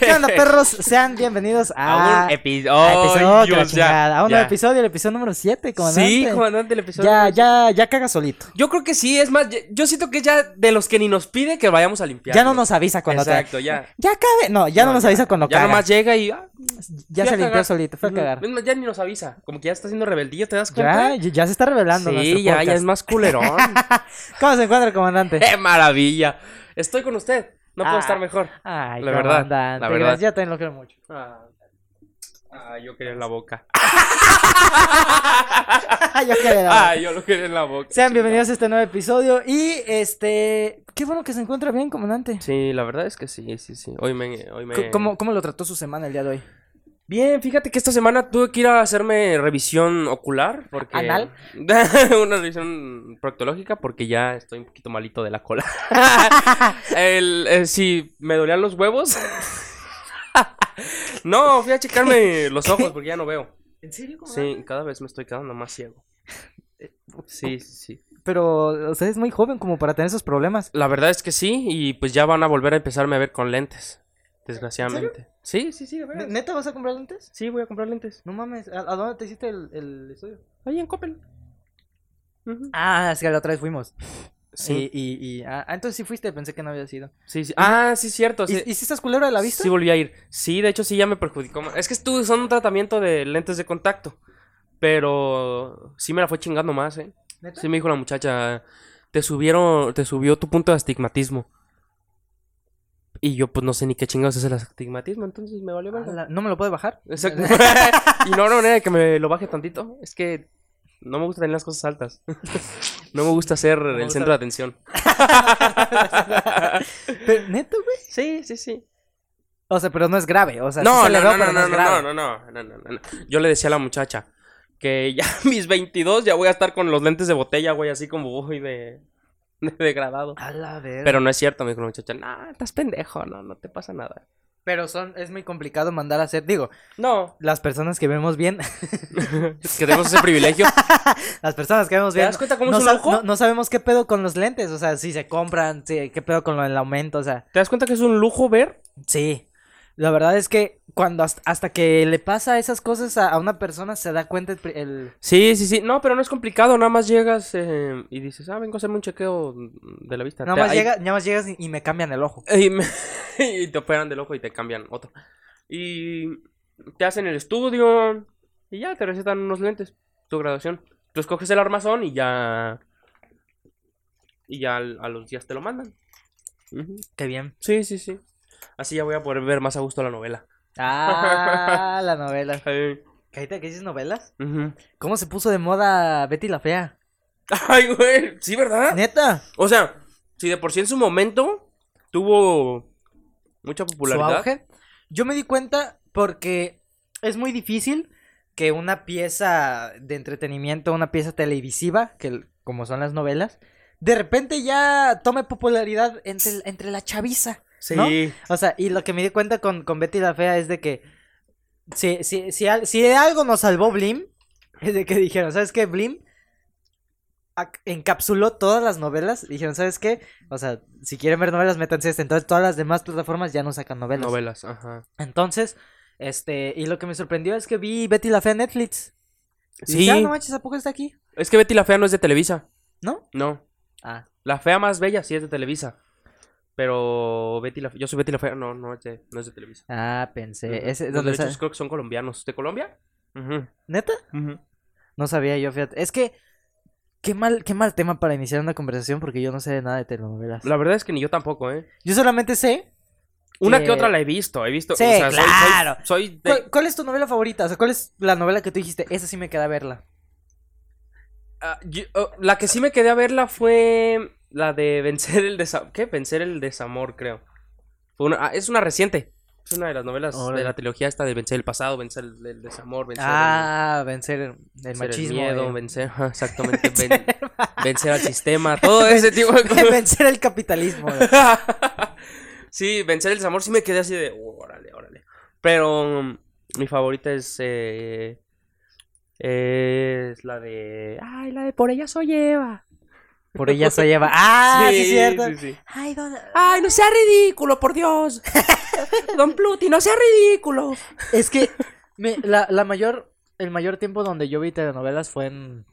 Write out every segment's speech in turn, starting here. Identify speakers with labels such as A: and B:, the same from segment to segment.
A: ¿Qué onda, perros? Sean bienvenidos a,
B: A un episodio.
A: a episodio, que la
B: Dios, ya,
A: chingada, a un
B: ya.
A: nuevo episodio, el episodio número 7, comandante.
B: Sí, comandante, el episodio.
A: Ya, ya, ya caga solito.
B: Yo creo que sí, es más, ya- yo siento que ya de los que ni nos pide que vayamos a limpiar.
A: Ya no nos avisa cuando te-
B: Exacto, ya.
A: Ya cabe. No, ya no, nos avisa cuando
B: Ya
A: caga.
B: nomás llega y. ah, fui
A: ya
B: a
A: se limpió
B: cagar.
A: solito, fue a
B: Ujú.
A: cagar.
B: Es más, Ya ni nos avisa. Como que ya está haciendo rebeldía, ¿te das
A: Ya,
B: cuenta?
A: ya se está revelando. nuestro
B: sí, ya, ya
A: podcast.
B: es más culerón.
A: ¿Cómo se encuentra, comandante?
B: ¡Qué maravilla! Estoy con usted. No puedo
A: Ah.
B: estar mejor.
A: Ay,
B: La verdad,
A: comandante,
B: la verdad.
A: gracias, Ya también lo quiero mucho.
B: Ah, ah, yo quería en la boca.
A: Yo quedé de
B: Ah, yo lo quería en la boca.
A: Sean bienvenidos a este nuevo episodio y este... Qué bueno que se encuentra bien, comandante.
B: Sí, la verdad es que sí, sí, sí. Hoy me. Hoy me...
A: C- ¿Cómo, ¿Cómo lo trató su semana el día de hoy?
B: Bien, fíjate que esta semana tuve que ir a hacerme revisión ocular porque
A: ¿Anal?
B: una revisión proctológica porque ya estoy un poquito malito de la cola. El, eh, sí, me dolían los huevos. no, fui a checarme los ojos porque ya no veo.
A: ¿En serio,
B: Sí, cada vez me estoy quedando más ciego.
A: Eh,
B: Sí, sí, sí.
A: Pero usted es muy joven como para tener esos problemas.
B: La verdad es que sí y pues ya van a volver a empezarme a ver con lentes, desgraciadamente. Sí, sí, sí, de veras.
A: ¿Neta vas a comprar lentes?
B: Sí, voy a comprar lentes.
A: No mames, ¿a, a dónde te hiciste el, el estudio?
B: Ahí en Coppel. Ujú.
A: Ah, es que la otra vez fuimos.
B: Sí,
A: Sí. Y, y- ah, ah, entonces sí fuiste, pensé que no había sido.
B: sí, sí. Ah, sí, cierto. Sí.
A: ¿Y, y si estás culero de la vista?
B: Sí, volví a ir. Sí, de hecho, sí, ya me perjudicó. más. Es que estuve usando un tratamiento de lentes de contacto. Pero sí me la fue chingando más, ¿eh?
A: ¿Neta?
B: Sí me dijo la muchacha, te subieron, te subió tu punto de astigmatismo. Y yo, pues, no sé ni qué chingados es el astigmatismo, entonces me valió
A: Ah,
B: verga.
A: la- ¿No me lo puede bajar?
B: Exacto. y no no manera de que me lo baje tantito. Es que no me gusta tener las cosas altas. no me gusta ser
A: me
B: el
A: gusta
B: centro de atención.
A: Pero, ¿Neta, güey?
B: Sí, sí, sí.
A: O sea, pero no es grave. O sea, sí
B: No,
A: se le
B: no,
A: veo,
B: no,
A: pero
B: no, no,
A: es grave.
B: no, no, no, no, no, no. Yo le decía a la muchacha que ya a mis 22 ya voy a estar con los lentes de botella, güey, así como uy, de, de degradado.
A: A la verga.
B: Pero no es cierto, me dijo la muchacha, no, estás pendejo, no, no te pasa nada.
A: Pero son, es muy complicado mandar a hacer. Digo,
B: No,
A: las personas que vemos bien,
B: es que tenemos ese privilegio.
A: las personas que vemos
B: ¿Te
A: bien.
B: das cuenta cómo
A: No,
B: es un
A: sab-
B: ojo?
A: no- no sabemos qué pedo con los lentes, o sea, si se compran, si- qué pedo con lo del aumento, o sea,
B: ¿Te das cuenta que es un lujo ver?
A: sí. La verdad es que cuando hasta, hasta que le pasa esas cosas a, a una persona se da cuenta el, pri- el-
B: Sí, sí, sí. No, pero no es complicado, nada más llegas eh, y dices, ah, vengo a hacerme un chequeo de la vista.
A: nada
B: Te-
A: más
B: ahí-
A: llega, nada más llegas y, y me cambian el ojo.
B: Y, me- y te operan del ojo y te cambian otro. Y te hacen el estudio y ya te recetan unos lentes. Tu graduación. Tú escoges el armazón y ya. Y ya al- a los días te lo mandan. Ujú.
A: Qué bien.
B: Sí, sí, sí. Así ya voy a poder ver más a gusto la novela.
A: Ah, la novela.
B: Ay,
A: Cajita, ¿qué dices novelas?
B: ujú.
A: ¿Cómo se puso de moda Betty la fea?
B: Ay, güey. Sí, ¿verdad?
A: Neta.
B: O sea, si de por sí en su momento tuvo mucha popularidad.
A: su auge. Yo me di cuenta porque es muy difícil que una pieza de entretenimiento, una pieza televisiva, que el- como son las novelas, de repente ya tome popularidad entre, entre la chaviza.
B: Sí.
A: ¿no? O sea, y lo que me di cuenta con, con Betty la Fea es de que si, si, si, al- si de algo nos salvó Blim, es de que dijeron, ¿sabes qué? Blim ac- encapsuló todas las novelas. Dijeron, ¿sabes qué? O sea, si quieren ver novelas, métanse a este. Entonces, todas las demás plataformas ya no sacan novelas.
B: Novelas, ajá.
A: Entonces, este, y lo que me sorprendió es que vi Betty la Fea en Netflix. Y
B: Sí.
A: dije, "Ah, no manches, ¿a poco está aquí?
B: Es que Betty la Fea no es de Televisa.
A: ¿No?
B: No.
A: Ah.
B: La fea más bella sí es de Televisa. Pero Betty la yo soy Betty la fea, no, no es de, no es de Televisa.
A: Ah, pensé.
B: Ujú.
A: Ese,
B: Los
A: ¿dónde
B: derechos
A: está?
B: creo que son colombianos. ¿De Colombia? Ujú,
A: ¿Neta?
B: ujú.
A: No sabía yo, fíjate. Es que, qué mal, qué mal tema para iniciar una conversación porque yo no sé de nada de telenovelas.
B: La verdad es que ni yo tampoco, ¿eh?
A: Yo solamente sé.
B: Una
A: Que-
B: que otra la he visto, he visto.
A: Sí,
B: soy- soy-
A: claro.
B: Soy, de-
A: ¿Cuál, cuál es tu novela favorita? O sea, ¿cuál es la novela que tú dijiste? Esa sí me queda verla.
B: Ah, yo- oh, la que sí me quedé a verla fue la de vencer el desamor. ¿Qué? Vencer el desamor, creo. Fue una- ah, es una reciente. Es una de las novelas
A: Órale.
B: de la trilogía esta de vencer el pasado, vencer el, el desamor, vencer el,
A: Ah, vencer el, el
B: vencer el
A: machismo.
B: miedo,
A: eh.
B: vencer, ajá, exactamente, ven- vencer al sistema, todo ese tipo de cosas.
A: vencer el capitalismo. eh.
B: sí, vencer el desamor sí me quedé así de, órale, órale. Pero mm, mi favorita es eh, es la de, ay, la de por ella soy Eva.
A: Por ella soy Eva. ¡Ah, sí, es cierto!
B: sí, sí.
A: Ay, don-
C: Ay, no sea ridículo, por Dios. Don Pluti, no sea ridículo.
A: Es que me- la, la mayor, el mayor tiempo donde yo vi telenovelas fue en...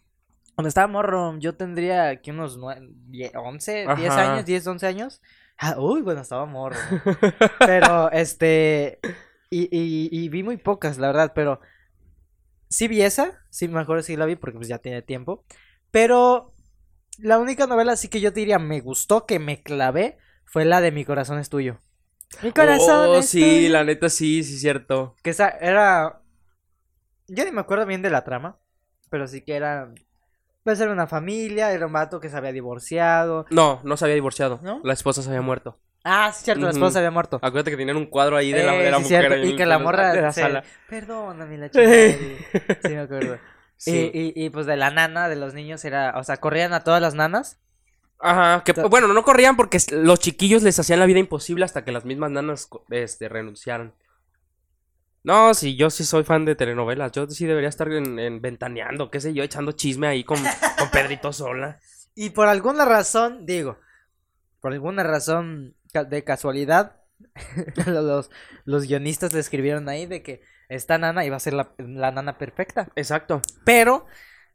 A: Cuando estaba morro, yo tendría aquí unos nue- die- 11, 10
B: Ajá.
A: años, 10, 11 años. Ah, uy, bueno, estaba morro. Pero, este... Y, y- y vi muy pocas, la verdad, pero... Sí vi esa, sí me acuerdo si la vi porque pues ya tiene tiempo. Pero la única novela sí que yo te diría me gustó, que me clavé, fue la de Mi corazón es tuyo. Mi corazón
B: Oh,
A: es
B: sí,
A: tuyo.
B: la neta sí, sí, cierto.
A: Que esa era. Yo ni me acuerdo bien de la trama. Pero sí que era. Pues era una familia, era un vato que se había divorciado.
B: No, no se había divorciado.
A: ¿No?
B: La esposa se había muerto.
A: Ah, sí, cierto, la esposa
B: Ujú.
A: se había muerto.
B: Acuérdate que tenían un cuadro ahí de la,
A: Eh,
B: de la
A: sí,
B: mujer.
A: cierto,
B: ahí en
A: Y
B: el
A: que la
B: fondo
A: morra
B: de la
A: se-
B: sala.
A: Perdóname la chica. sí, me acuerdo.
B: Sí.
A: Y, y- y, pues de la nana de los niños era. O sea, corrían a todas las nanas.
B: Ajá, que
A: To-
B: bueno, no corrían porque s- los chiquillos les hacían la vida imposible hasta que las mismas nanas co- este, renunciaron. No, sí, yo sí soy fan de telenovelas. Yo sí debería estar en, en ventaneando, qué sé yo, echando chisme ahí con, con Pedrito Sola.
A: Y por alguna razón, digo, por alguna razón ca- de casualidad, los, los guionistas le escribieron ahí de que esta nana iba a ser la, la nana perfecta.
B: Exacto.
A: Pero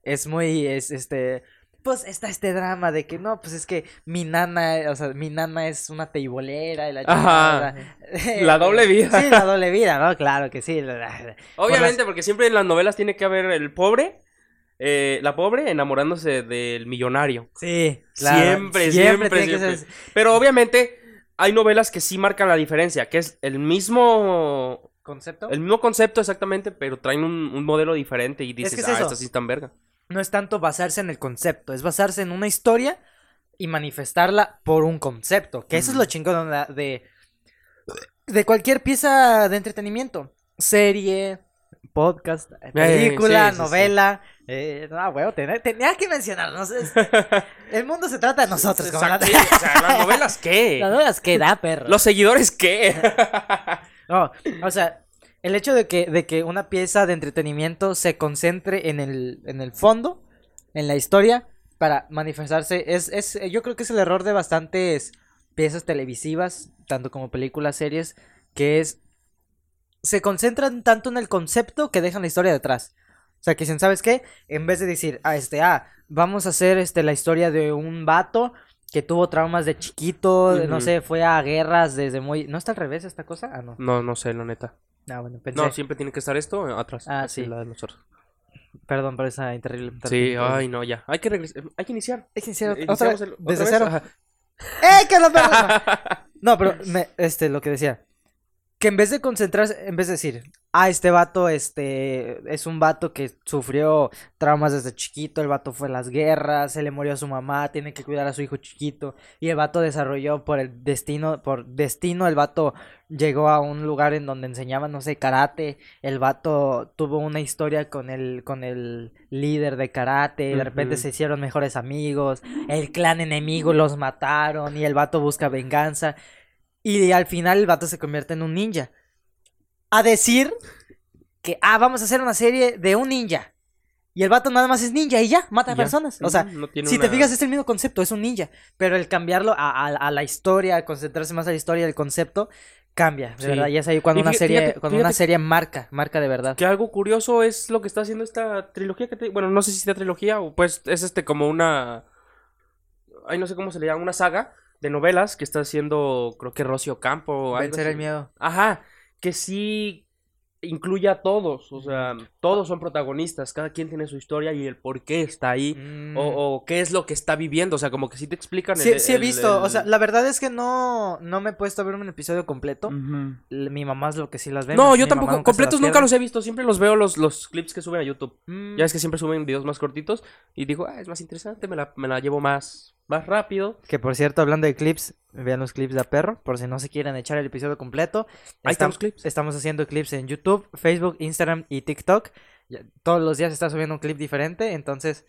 A: es muy, es este, pues está este drama de que no, pues es que mi nana, eh, o sea, mi nana es una teibolera y la
B: Ajá.
A: chingada.
B: La doble vida.
A: Sí, la doble vida, ¿no? Claro que sí. la- la- la-
B: Obviamente, porque siempre en las novelas tiene que haber el pobre, eh, la pobre enamorándose del millonario.
A: Sí, claro,
B: Siempre, siempre,
A: tiene que
B: siempre.
A: ser-
B: Pero obviamente hay novelas que sí marcan la diferencia, que es el mismo
A: ¿Concepto?
B: El mismo concepto exactamente, pero traen un, un modelo diferente y dices,
A: que es
B: ah,
A: eso".
B: estas sí están verga.
A: No es tanto basarse en el concepto, es basarse en una historia y manifestarla por un concepto. Que eso es lo chingón de, la- de, de cualquier pieza de entretenimiento. Serie, podcast, eh, película,
B: sí, sí, sí.
A: novela. eh, no, huevo, tenía, tenía que mencionarnos. es- el mundo se trata de nosotros. como la-
B: Exacto, sí, o sea, las novelas qué.
A: La duda es que da, perro.
B: Los seguidores qué.
A: No, o sea, el hecho de que, de que una pieza de entretenimiento se concentre en el, en el fondo, en la historia, para manifestarse, es, es, yo creo que es el error de bastantes piezas televisivas, tanto como películas, series, que es, se concentran tanto en el concepto que dejan la historia detrás. O sea, que dicen, ¿sabes qué? En vez de decir, ah, este, ah, vamos a hacer, este, la historia de un vato que tuvo traumas de chiquito, de- no
B: Ujú.
A: sé, fue a guerras desde muy... ¿No está al revés esta cosa? Ah, no.
B: No, no sé, la neta.
A: Ah, bueno, pensé.
B: No, siempre tiene que estar esto eh, atrás.
A: Ah,
B: Así,
A: sí.
B: la de nosotros.
A: Perdón por esa terrible.
B: Sí, ay, no, ya. Hay que regresar. Hay que iniciar.
A: Es sincero,
B: Eh,
A: otra
B: iniciamos
A: vez,
B: el- otra
A: desde
B: vez,
A: cero.
B: ajá.
A: ¡Eh, que la perra! No, No, pero me- este, lo que decía. Que en vez de concentrarse, en vez de decir, ah, este vato, este, es un vato que sufrió traumas desde chiquito, el vato fue a las guerras, se le murió a su mamá, tiene que cuidar a su hijo chiquito, y el vato desarrolló por el destino, por destino, el vato llegó a un lugar en donde enseñaban, no sé, karate, el vato tuvo una historia con el, con el líder de karate, de repente
B: Ujú.
A: se hicieron mejores amigos, el clan enemigo los mataron y el vato busca venganza. Y al final el vato se convierte en un ninja. A decir que, ah, vamos a hacer una serie de un ninja. Y el vato nada más es ninja y ya,
B: Y
A: mata a
B: ya.
A: personas. O sea,
B: Mm, no tiene
A: si te
B: una-
A: fijas es el mismo concepto, es un ninja. Pero el cambiarlo a, a- a la historia, concentrarse más a la historia del concepto, cambia. De
B: Sí.
A: verdad, ya es ahí cuando
B: Y
A: una
B: fí-
A: serie,
B: fíjate-
A: cuando una
B: fíjate-
A: serie marca, marca de verdad.
B: Que algo curioso es lo que está haciendo esta trilogía que te... Bueno, no sé si esta trilogía o pues es este como una... Ay, no sé cómo se le llama, una saga de novelas que está haciendo, creo que Rocio Campo o algo
A: Vencer
B: así.
A: el miedo.
B: Ajá, que sí incluye a todos, o sea, todos son protagonistas, cada quien tiene su historia y el por qué está ahí,
A: Mm.
B: o, o qué es lo que está viviendo, o sea, como que sí te explican el-
A: Sí, sí he
B: el-
A: visto, o
B: el-
A: sea, la verdad es que no, no me he puesto a ver un episodio completo.
B: Ujú.
A: L- Mi mamá es lo que sí las ve.
B: Mm. No,
A: mi-
B: yo
A: mi
B: tampoco,
A: mamá se
B: completos nunca
A: pierde.
B: los he visto, siempre los veo los, los clips que suben a YouTube.
A: Mm,
B: Ya es que siempre suben videos más cortitos y digo, ah, es más interesante, me la, me la llevo más, más rápido.
A: Que por cierto, hablando de clips, vean los clips de A perro, por si no se quieren echar el episodio completo.
B: Ahí están
A: Estam-
B: los clips.
A: Estamos haciendo clips en YouTube, Facebook, Instagram y TikTok. Ya- Todos los días se está subiendo un clip diferente, entonces,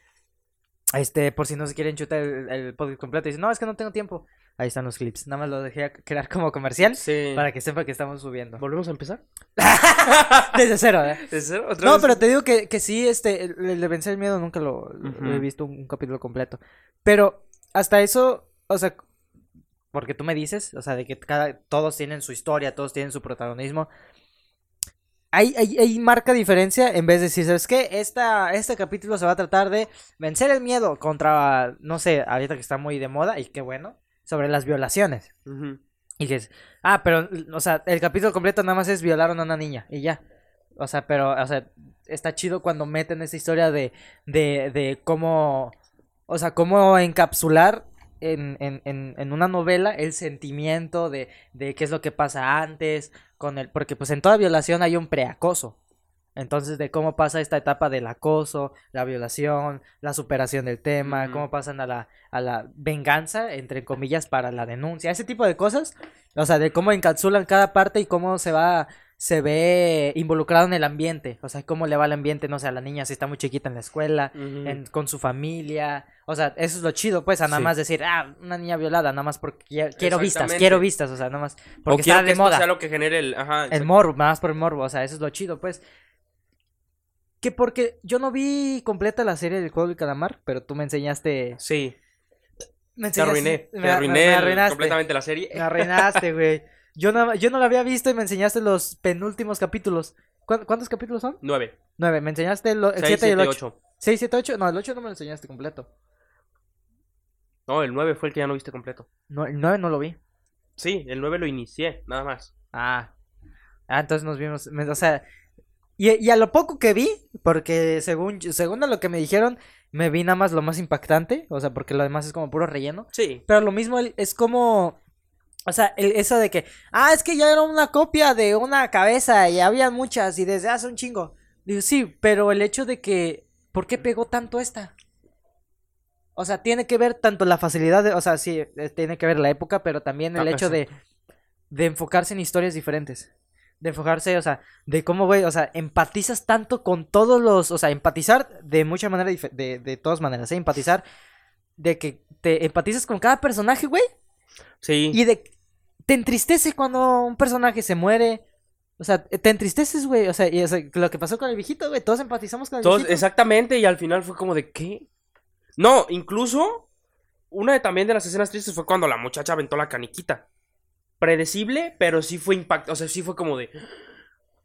A: este, por si no se quieren chutar el, el podcast completo y dicen, no, es que no tengo tiempo. Ahí están los clips. Nada más lo dejé crear como comercial
B: Sí.
A: para que sepa que estamos subiendo.
B: ¿Volvemos a empezar?
A: Desde cero, ¿eh?
B: ¿De cero? ¿Otra
A: No,
B: vez?
A: pero te digo que, que sí, este, el, el de vencer el miedo nunca lo, lo
B: Ujú.
A: he visto un, un capítulo completo. Pero hasta eso, o sea, porque tú me dices, o sea, de que cada, todos tienen su historia, todos tienen su protagonismo. Ahí, ahí- ahí marca diferencia en vez de decir, ¿sabes qué? Esta, este capítulo se va a tratar de vencer el miedo contra, no sé, ahorita que está muy de moda y qué bueno, sobre las violaciones.
B: Ujú.
A: Y dices, ah, pero, o sea, el capítulo completo nada más es violaron a una niña y ya. O sea, pero, o sea, está chido cuando meten esa historia de, de, de cómo, o sea, cómo encapsular en, en, en, en una novela el sentimiento de, de qué es lo que pasa antes, con el, porque pues en toda violación hay un preacoso. Entonces, de cómo pasa esta etapa del acoso, la violación, la superación del tema,
B: Ujú.
A: cómo pasan a la, a la venganza, entre comillas, para la denuncia, ese tipo de cosas. O sea, de cómo encapsulan cada parte y cómo se va, se ve involucrado en el ambiente. O sea, cómo le va al ambiente, no sé, a la niña si está muy chiquita en la escuela,
B: Ujú.
A: en- con su familia. O sea, eso es lo chido, pues, a nada
B: Mm. Sí.
A: más decir, ah, una niña violada, nada más porque qui- quiero vistas,
B: Exactamente.
A: quiero vistas, o sea, nada más
B: O
A: porque
B: quiero
A: está
B: que
A: de
B: esto sea
A: moda.
B: lo que genere el. Ajá,
A: El
B: exacto.
A: morbo, nada más por el morbo, o sea, eso es lo chido, pues. Que porque yo no vi completa la serie del juego del calamar, pero tú me enseñaste.
B: Sí,
A: Me
B: te arruiné.
A: me-
B: te
A: me- me
B: arruiné el-
A: arruinaste.
B: completamente la serie.
A: Me arruinaste, güey. Yo no, yo no la había visto y me enseñaste los penúltimos capítulos. ¿Cuán- ¿Cuántos capítulos son?
B: Nueve.
A: Nueve. Me enseñaste lo- el
B: Seis,
A: 7 y el
B: siete,
A: 8.
B: ocho.
A: 6, 7, 8. No, el 8 no me lo enseñaste completo.
B: No, el nueve fue el que ya no viste completo.
A: No, el 9 no lo vi.
B: Sí, el nueve lo inicié, nada más.
A: Ah. Ah, entonces nos vimos. me- O sea. Y, y a lo poco que vi, porque según, según a lo que me dijeron, me vi nada más lo más impactante. O sea, porque lo demás es como puro relleno.
B: Sí.
A: Pero lo mismo el- es como. O sea, el, eso de que. Ah, es que ya era una copia de una cabeza y había muchas y desde hace un chingo. Digo, sí, pero el hecho de que. ¿Por qué pegó tanto esta? O sea, tiene que ver tanto la facilidad, de- o sea, sí, eh, tiene que ver la época, pero también el
B: Ah,
A: hecho de, de enfocarse en historias diferentes. De enfocarse, o sea, de cómo, güey, o sea, empatizas tanto con todos los, o sea, empatizar de mucha manera, dife- de, de todas maneras, ¿eh? Empatizar de que te empatizas con cada personaje, güey,
B: Sí.
A: y de te entristece cuando un personaje se muere. O sea, te entristeces, güey. O sea, y, o sea, lo que pasó con el viejito, güey. Todos empatizamos con el
B: Todos-
A: viejito.
B: exactamente, y al final fue como de qué. No, incluso una de, también de las escenas tristes fue cuando la muchacha aventó la caniquita. Predecible, pero sí fue impacto. O sea, sí fue como de.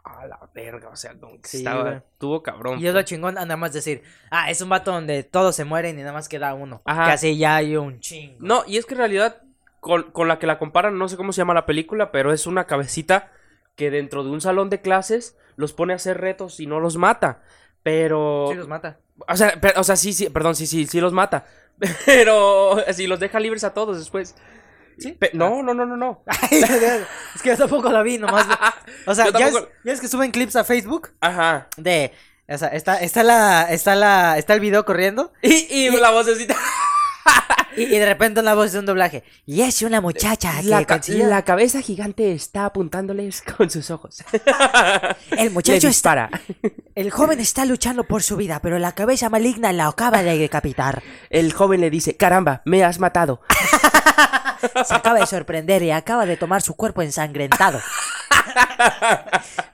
B: A la verga, o sea, como que
A: Sí,
B: estaba.
A: güey.
B: Estuvo cabrón.
A: Y es lo chingón, nada más decir, ah, es un vato donde todos se mueren y nada más queda uno.
B: Ajá.
A: Casi ya hay un chingo.
B: No, y es que en realidad, con, con la que la comparan, no sé cómo se llama la película, pero es una cabecita que dentro de un salón de clases los pone a hacer retos y no los mata. Pero.
A: Sí los mata.
B: O sea, per- o sea, sí, sí, perdón, sí, sí, sí los mata. Pero si los deja libres a todos después.
A: ¿Sí? Ah.
B: Pe- no, no, no, no, no.
A: es que yo tampoco la vi, nomás. vi- O sea,
B: Yo
A: ya, es,
B: tampoco-
A: ya es que suben clips a Facebook
B: Ajá.
A: de. O sea, está, está la. Está la. Está el video corriendo.
B: Y, y la vocecita.
A: Y, y de repente una voz de un doblaje. Y es una muchacha que
B: La, ca-
A: consiguió-
B: la cabeza gigante está apuntándoles con sus ojos.
A: El
B: Le
A: muchacho está
B: dispara.
A: El joven está luchando por su vida, pero la cabeza maligna la acaba de decapitar.
B: El joven le dice, caramba, me has matado.
A: Se acaba de sorprender y acaba de tomar su cuerpo ensangrentado.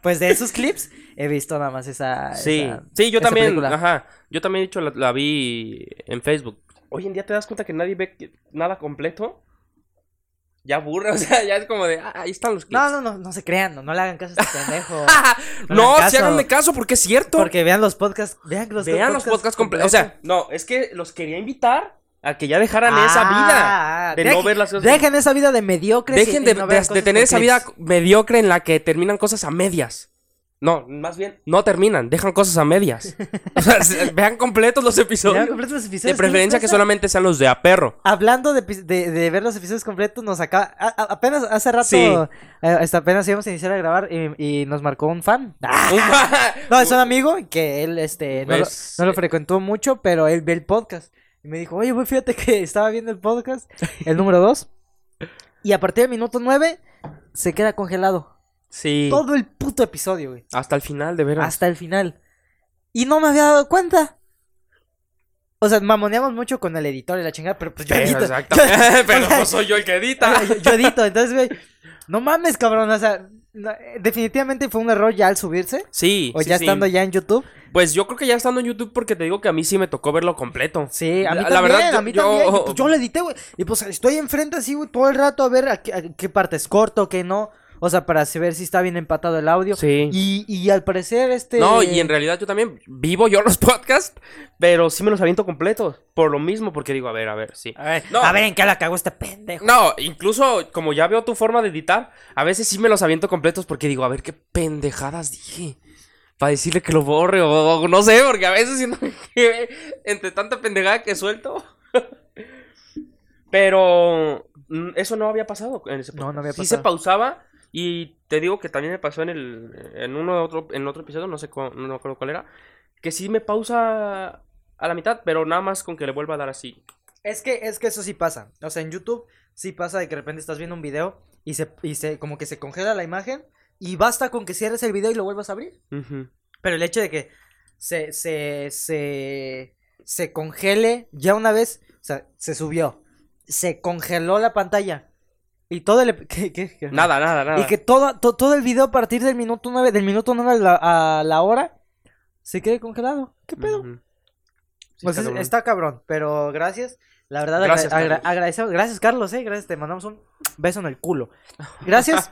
A: Pues de esos clips he visto nada más esa.
B: Sí,
A: esa-
B: sí, yo
A: Ah, esa
B: también,
A: película.
B: ajá, yo también de hecho la, la vi en Facebook. Hoy en día te das cuenta que nadie ve que- nada completo. Ya aburre, o sea, ya es como de, ah, ahí están los clips.
A: No, no, no, no se crean, no, no le hagan caso a este pendejo.
B: no,
A: no hagan
B: sí
A: caso.
B: háganme caso porque es cierto.
A: Porque vean los podcasts, vean los
B: Vean los podcasts completos. O sea, no, es que los quería invitar a que ya dejaran
A: Ah,
B: esa vida. de no ver las cosas.
A: Dejen esa vida de mediocre.
B: Dejen de, de- de tener esa vida mediocre en la que terminan cosas a medias. No, más bien, no terminan, dejan cosas a medias. O sea, se- vean completos los episodios. De preferencia que
A: solamente
B: solamente sean los de a perro.
A: Hablando de, epi- de- de ver los episodios completos, nos acaba. a- a- apenas hace rato.
B: Sí.
A: eh, hasta apenas íbamos a iniciar a grabar y, y nos marcó un fan. ¡Ah! No, es un amigo que él este, no,
B: Pues,
A: lo, no lo
B: eh.
A: frecuentó mucho, pero él ve el podcast. Y me dijo, oye, güey, fíjate que estaba viendo el podcast, el número 2. Y a partir del minuto 9, se queda congelado.
B: Sí.
A: Todo el puto episodio, güey.
B: Hasta el final, de veras.
A: Hasta el final. Y no me había dado cuenta. O sea, mamoneamos mucho con el editor y la chingada, pero pues yo
B: Pero,
A: edito.
B: exactamente.
A: yo-
B: Pero no soy yo el que edita.
A: yo, yo edito, entonces, güey. No mames, cabrón. O sea, no, eh, definitivamente fue un error ya al subirse.
B: Sí.
A: O
B: sí,
A: ya
B: sí.
A: estando ya en YouTube.
B: Pues yo creo que ya estando en YouTube porque te digo que a mí sí me tocó verlo completo.
A: Sí, a mí
B: La-
A: también.
B: la verdad,
A: a mí
B: yo-
A: también. Yo, pues, yo lo edité, güey. Y pues estoy enfrente así, güey, todo el rato a ver a qué, a qué parte es corto, qué no. O sea, para ver si está bien empatado el audio.
B: Sí.
A: Y, y al parecer este...
B: No, y en realidad yo también vivo yo los podcasts, pero sí me los aviento completos. Por lo mismo, porque digo, a ver, a ver, sí.
A: A ver,
B: No.
A: a ver en qué la cagó este pendejo.
B: No, incluso como ya veo tu forma de editar, a veces sí me los aviento completos porque digo, a ver qué pendejadas dije. Para decirle que lo borre o, o no sé, porque a veces siento que entre tanta pendejada que suelto. Pero mm, eso no había pasado en ese
A: No, no había
B: Sí se
A: pasado.
B: pausaba y te digo que también me pasó en el en uno de otro en otro episodio, no sé cu- no me acuerdo cuál era, que sí me pausa a la mitad, pero nada más con que le vuelva a dar así.
A: Es que, es que eso sí pasa. O sea, en YouTube sí pasa de que de repente estás viendo un video y se, y se como que se congela la imagen y basta con que cierres el video y lo vuelvas a abrir.
B: Ujú.
A: Pero el hecho de que se, se, se, se congele ya una vez, o sea, se subió, se congeló la pantalla y todo el... ep- ¿Qué, qué, qué?
B: Nada, nada, nada.
A: Y que todo, to- todo el video a partir del minuto 9, del minuto 9 a la, a la hora, se quede congelado. ¿Qué pedo?
B: Ujú. Sí,
A: Pues
B: está
A: es-
B: cabrón.
A: está cabrón, pero gracias. La verdad, agra-
B: Gracias,
A: agra-
B: Carlos.
A: agradecemos. Gracias, Carlos, eh. Gracias, te mandamos un beso en el culo. Gracias.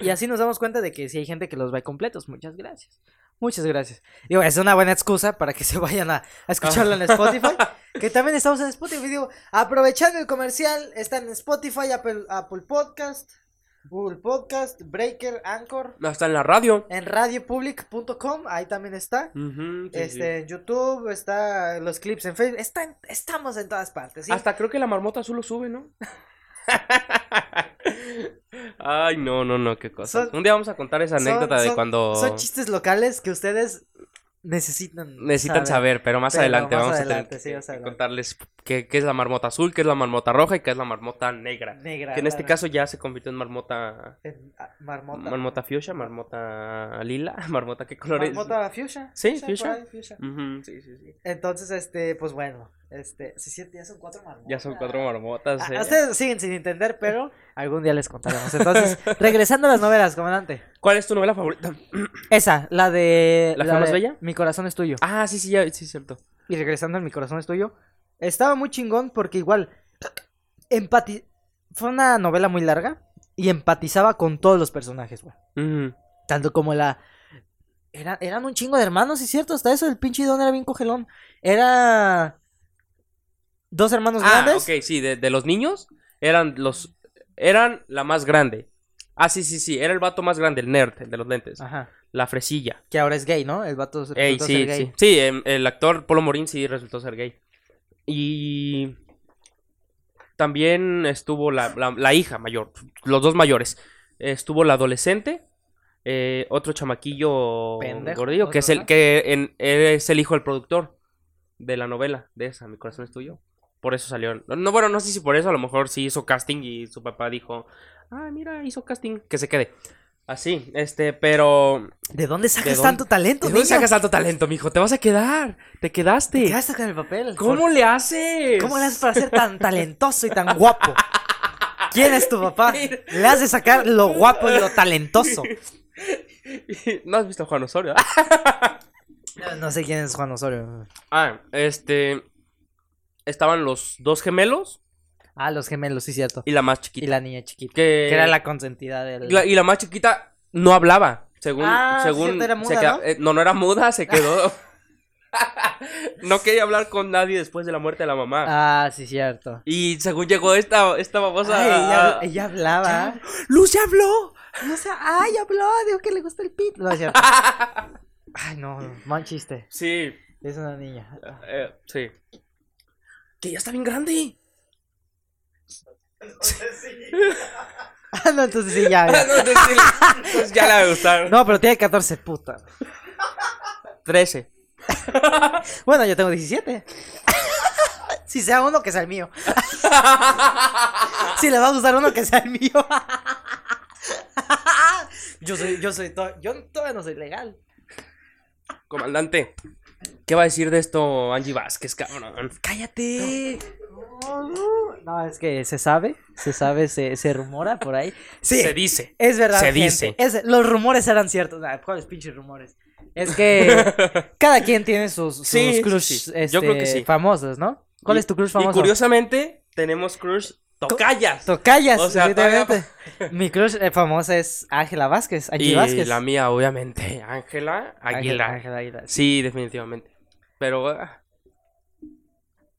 A: y así nos damos cuenta de que si hay gente que los ve completos. Muchas gracias. Muchas gracias. Digo, es una buena excusa para que se vayan a, a escucharlo en Spotify. que también estamos en Spotify. Digo, aprovechando el comercial, están en Spotify, Apple, Apple Podcast, Google Podcast, Breaker, Anchor,
B: Hasta en la radio.
A: en radiopublic.com. Ahí también está
B: Ujú, sí,
A: este, en YouTube, está los clips en Facebook, está en- estamos en todas partes.
B: sí.
A: ¿sí?
B: Hasta creo que la marmota azul lo sube, ¿no? Ay, no, no, no, qué cosa.
A: Son-
B: Un día vamos a contar esa
A: son-
B: anécdota de
A: son-
B: cuando
A: Son chistes locales que ustedes necesitan
B: necesitan saber, pero más
A: Pero
B: adelante
A: más
B: vamos a
A: adelante,
B: tener
A: sí,
B: que-
A: más
B: que
A: adelante.
B: contarles qué, qué es la marmota azul, qué es la marmota roja y qué es la marmota negra.
A: Negra,
B: que en este
A: rara,
B: caso ya se convirtió en marmota...
A: en- ah, marmota.
B: Marmota fuchsia, marmota lila, marmota qué color es.
A: Marmota fuchsia.
B: Sí,
A: por
B: fuchsia.
A: ahí, fuchsia.
B: Ujú, sí, sí, sí.
A: Entonces, este, pues bueno, este, sí, sí, ya son cuatro marmotas.
B: Ya son cuatro marmotas.
A: Ah,
B: eh.
A: ustedes siguen sin entender, pero algún día les contaremos. Entonces, regresando a las novelas, comandante.
B: ¿Cuál es tu novela favorita?
A: Esa, la de...
B: ¿La fue más
A: de
B: bella?
A: Mi corazón es tuyo.
B: Ah, sí, sí, ya, sí, cierto.
A: y regresando en mi corazón es tuyo, estaba muy chingón porque igual empati fue una novela muy larga y empatizaba con todos los personajes, güey.
B: Ujú.
A: Tanto como la era- eran un chingo de hermanos, y cierto, hasta eso el pinche Don era bien cogelón. Era dos hermanos
B: Ah,
A: grandes.
B: ok, sí, de, de los niños eran los eran la más grande. Ah, sí, sí, sí, era el vato más grande, el nerd, el de los lentes,
A: Ajá.
B: la fresilla.
A: Que ahora es gay, ¿no? El vato resultó
B: Ey,
A: ser
B: sí,
A: gay.
B: sí. Sí, em, el actor Polo Morín sí resultó ser gay. Y también estuvo la, la- la hija mayor, los dos mayores. Estuvo la adolescente, eh, otro chamaquillo
A: Pendejo,
B: gordillo, que es
A: otro,
B: el
A: ¿no?
B: que en- es el hijo del productor de la novela de esa, Mi corazón es tuyo. Por eso salió. No, bueno, no sé si por eso, a lo mejor sí hizo casting y su papá dijo, ah, mira, hizo casting, que se quede. Así, este, pero
A: ¿De dónde sacas
B: dónde-
A: tanto talento,
B: ¿De dónde
A: niño?
B: sacas tanto talento, mijo? Te vas a quedar. Te quedaste.
A: ¿Qué haces con el papel?
B: ¿Cómo le haces?
A: ¿Cómo le haces para ser tan talentoso y tan guapo? ¿Quién es tu papá? Le has de sacar lo guapo y lo talentoso.
B: ¿No has visto a Juan Osorio?
A: No, no sé quién es Juan Osorio.
B: Ah, este. Estaban los dos gemelos
A: Ah, los gemelos, sí, cierto.
B: y la más
A: Y
B: chiquita.
A: la niña chiquita.
B: que,
A: Que era la consentida del.
B: la- y la más chiquita no hablaba. Según.
A: Ah, sí,
B: según
A: cierto, era
B: se
A: muda,
B: queda-
A: ¿no?
B: eh, no, no era muda, se quedó. no quería hablar con nadie después de la muerte de la mamá.
A: Ah, sí, cierto.
B: Y según llegó esta, esta babosa.
A: Ay, ella,
B: a-
A: ella hablaba.
C: ¡Luce habló!
A: No sé, ay, habló, dijo que le gusta el pit. No, es cierto. Ay, no, mal chiste.
B: Sí.
A: Es una niña.
B: Eh, sí. Que ya está bien grande.
A: Ah, no, entonces sí, ya.
B: Ah,
A: ya.
B: no, entonces sí, entonces ya le va a gustar.
A: No, pero tiene 14, puta.
B: 13.
A: Bueno, yo tengo 17. si sea uno, que sea el mío. si le va a gustar uno, que sea el mío. yo soy, yo soy, to- yo todavía no soy legal.
B: Comandante, ¿qué va a decir de esto Angie Vázquez, cabrón?
A: Cállate. No, es que se sabe, se sabe, se, se rumora por ahí. Sí,
B: Se dice.
A: es verdad.
B: se
A: gente,
B: dice.
A: es- los rumores eran ciertos. Nah, ¿Cuáles pinches rumores? Es que cada quien tiene sus, sus
B: Sí, sí,
A: crush
B: sí. Yo creo que
A: este,
B: sí.
A: famosos, ¿no? ¿Cuál
B: Y-
A: es tu crush
B: Y
A: famoso?
B: curiosamente, tenemos crush tocayas.
A: Tocayas,
B: O sea,
A: evidentemente. Mi crush eh, famosa es Ángela Vázquez. Angie
B: Y
A: Vázquez.
B: la mía, obviamente, Ángela
A: Ángela-
B: Aguilar.
A: Ángela Aguilar.
B: Sí, definitivamente. Pero... ah,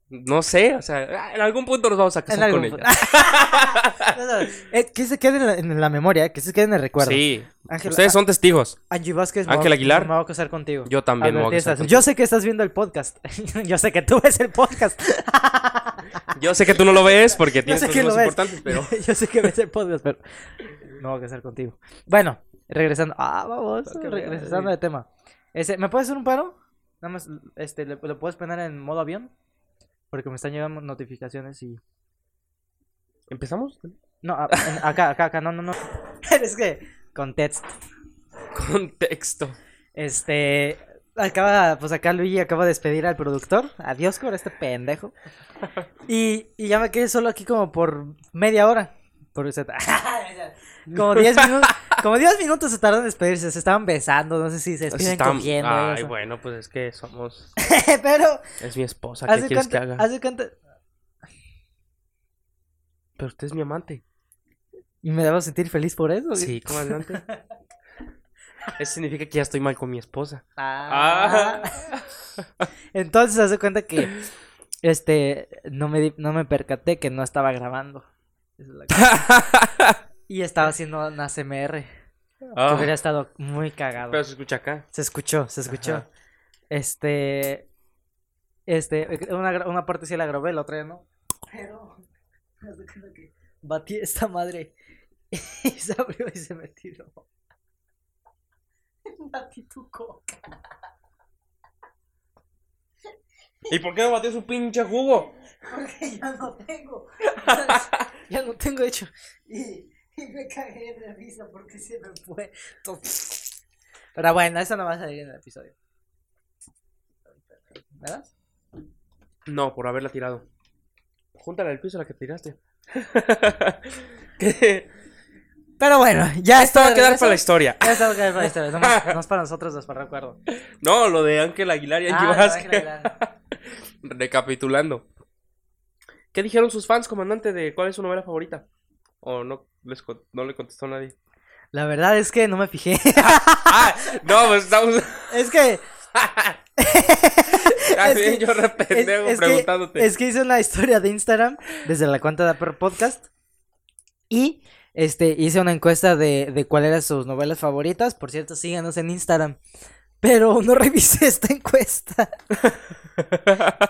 B: No sé, o sea, ah, en algún punto nos vamos a
A: En
B: casar con
A: algún
B: ella.
A: pu- No, no, eh, que se quede en la, en la memoria, que se quede en el recuerdo.
B: Sí,
A: Ángela-
B: ustedes son testigos.
A: A- Angie Vázquez. me
B: Ángel
A: voy a-
B: Aguilar.
A: Me voy a casar contigo.
B: Yo también me voy a
A: Advertí
B: casar
A: estas-
B: contigo.
A: Yo sé que estás viendo el podcast. Yo sé que tú ves el podcast.
B: Yo sé que tú no lo ves porque
A: Yo
B: tienes
A: sé que
B: cosas
A: lo
B: más
A: ves.
B: importantes, pero...
A: Yo sé que ves el podcast, pero me voy a casar contigo. Bueno, regresando. Ah, vamos.
B: Ah, qué
A: Regresando
B: madre.
A: de tema. Este, ¿Me puedes hacer un paro? Nada más, este, ¿le- ¿lo puedes poner en modo avión? Porque me están llegando notificaciones y.
B: ¿Empezamos?
A: No, a- en- acá, acá, acá, no, no, no. es que. Context.
B: Contexto.
A: Este. Acaba, pues acá Luigi acaba de despedir al productor. Adiós con este pendejo. Y, y ya me quedé solo aquí como por media hora. Por eso- como 10 minutos. Como 10 minutos se tardan en despedirse. Se estaban besando. No sé si se despiden
B: Estamos-
A: cogiendo. algo
B: Ay,
A: así.
B: bueno, pues es que somos...
A: Pero.
B: Es mi esposa, ¿qué
A: ¿Hace
B: quieres que
A: cuánto,
B: haga?
A: hace cuánto-
B: Pero usted es mi amante.
A: Y me debo sentir feliz por eso.
B: Sí, comandante. Eso significa que ya estoy mal con mi esposa.
A: Ah. Entonces, hace cuenta que. Este. No me, di- no me percaté que no estaba grabando. Esa es la cosa.
B: Ah.
A: Y estaba haciendo una CMR. Que
B: Ah,
A: hubiera estado muy cagado.
B: pero se escucha acá.
A: Se escuchó, se escuchó.
B: Ajá.
A: Este. Este. Una, gra- una parte sí la grabé, la otra ya no. Pero. haz de cuenta que Batí esta madre. Y se abrió y se me tiró. Batí tu coca.
B: ¿Y por qué no batió su pinche jugo?
A: Porque ya no tengo. ¿sabes? ya no tengo hecho. Y, y me cagué de risa porque se me fue. todo. Pero bueno, eso no va a salir en el episodio. ¿Verdad?
B: No, por haberla tirado. Júntala al piso a la que tiraste. ¿Qué?
A: Pero bueno, ya
B: Esto va a quedar para la
A: la
B: historia.
A: Ya está, va a quedar para la historia. Nomás, nomás para nosotros dos, para recuerdo.
B: No, lo de Ángel Aguilar y Angie
A: Ah,
B: Vázquez.
A: Ángel Aguilar.
B: Recapitulando. ¿Qué dijeron sus fans, comandante, de cuál es su novela favorita? ¿O no, les con- no le contestó nadie?
A: La verdad es que no me fijé.
B: ¡Ah! No, pues estamos...
A: Es que. Es
B: También
A: que-
B: yo
A: Es,
B: rependejo
A: es
B: preguntándote.
A: que, es que hice una historia de Instagram desde la cuenta de Upper Podcast. Y este, hice una encuesta de, de cuáles eran sus novelas favoritas. Por cierto, síganos en Instagram. Pero no revisé esta encuesta.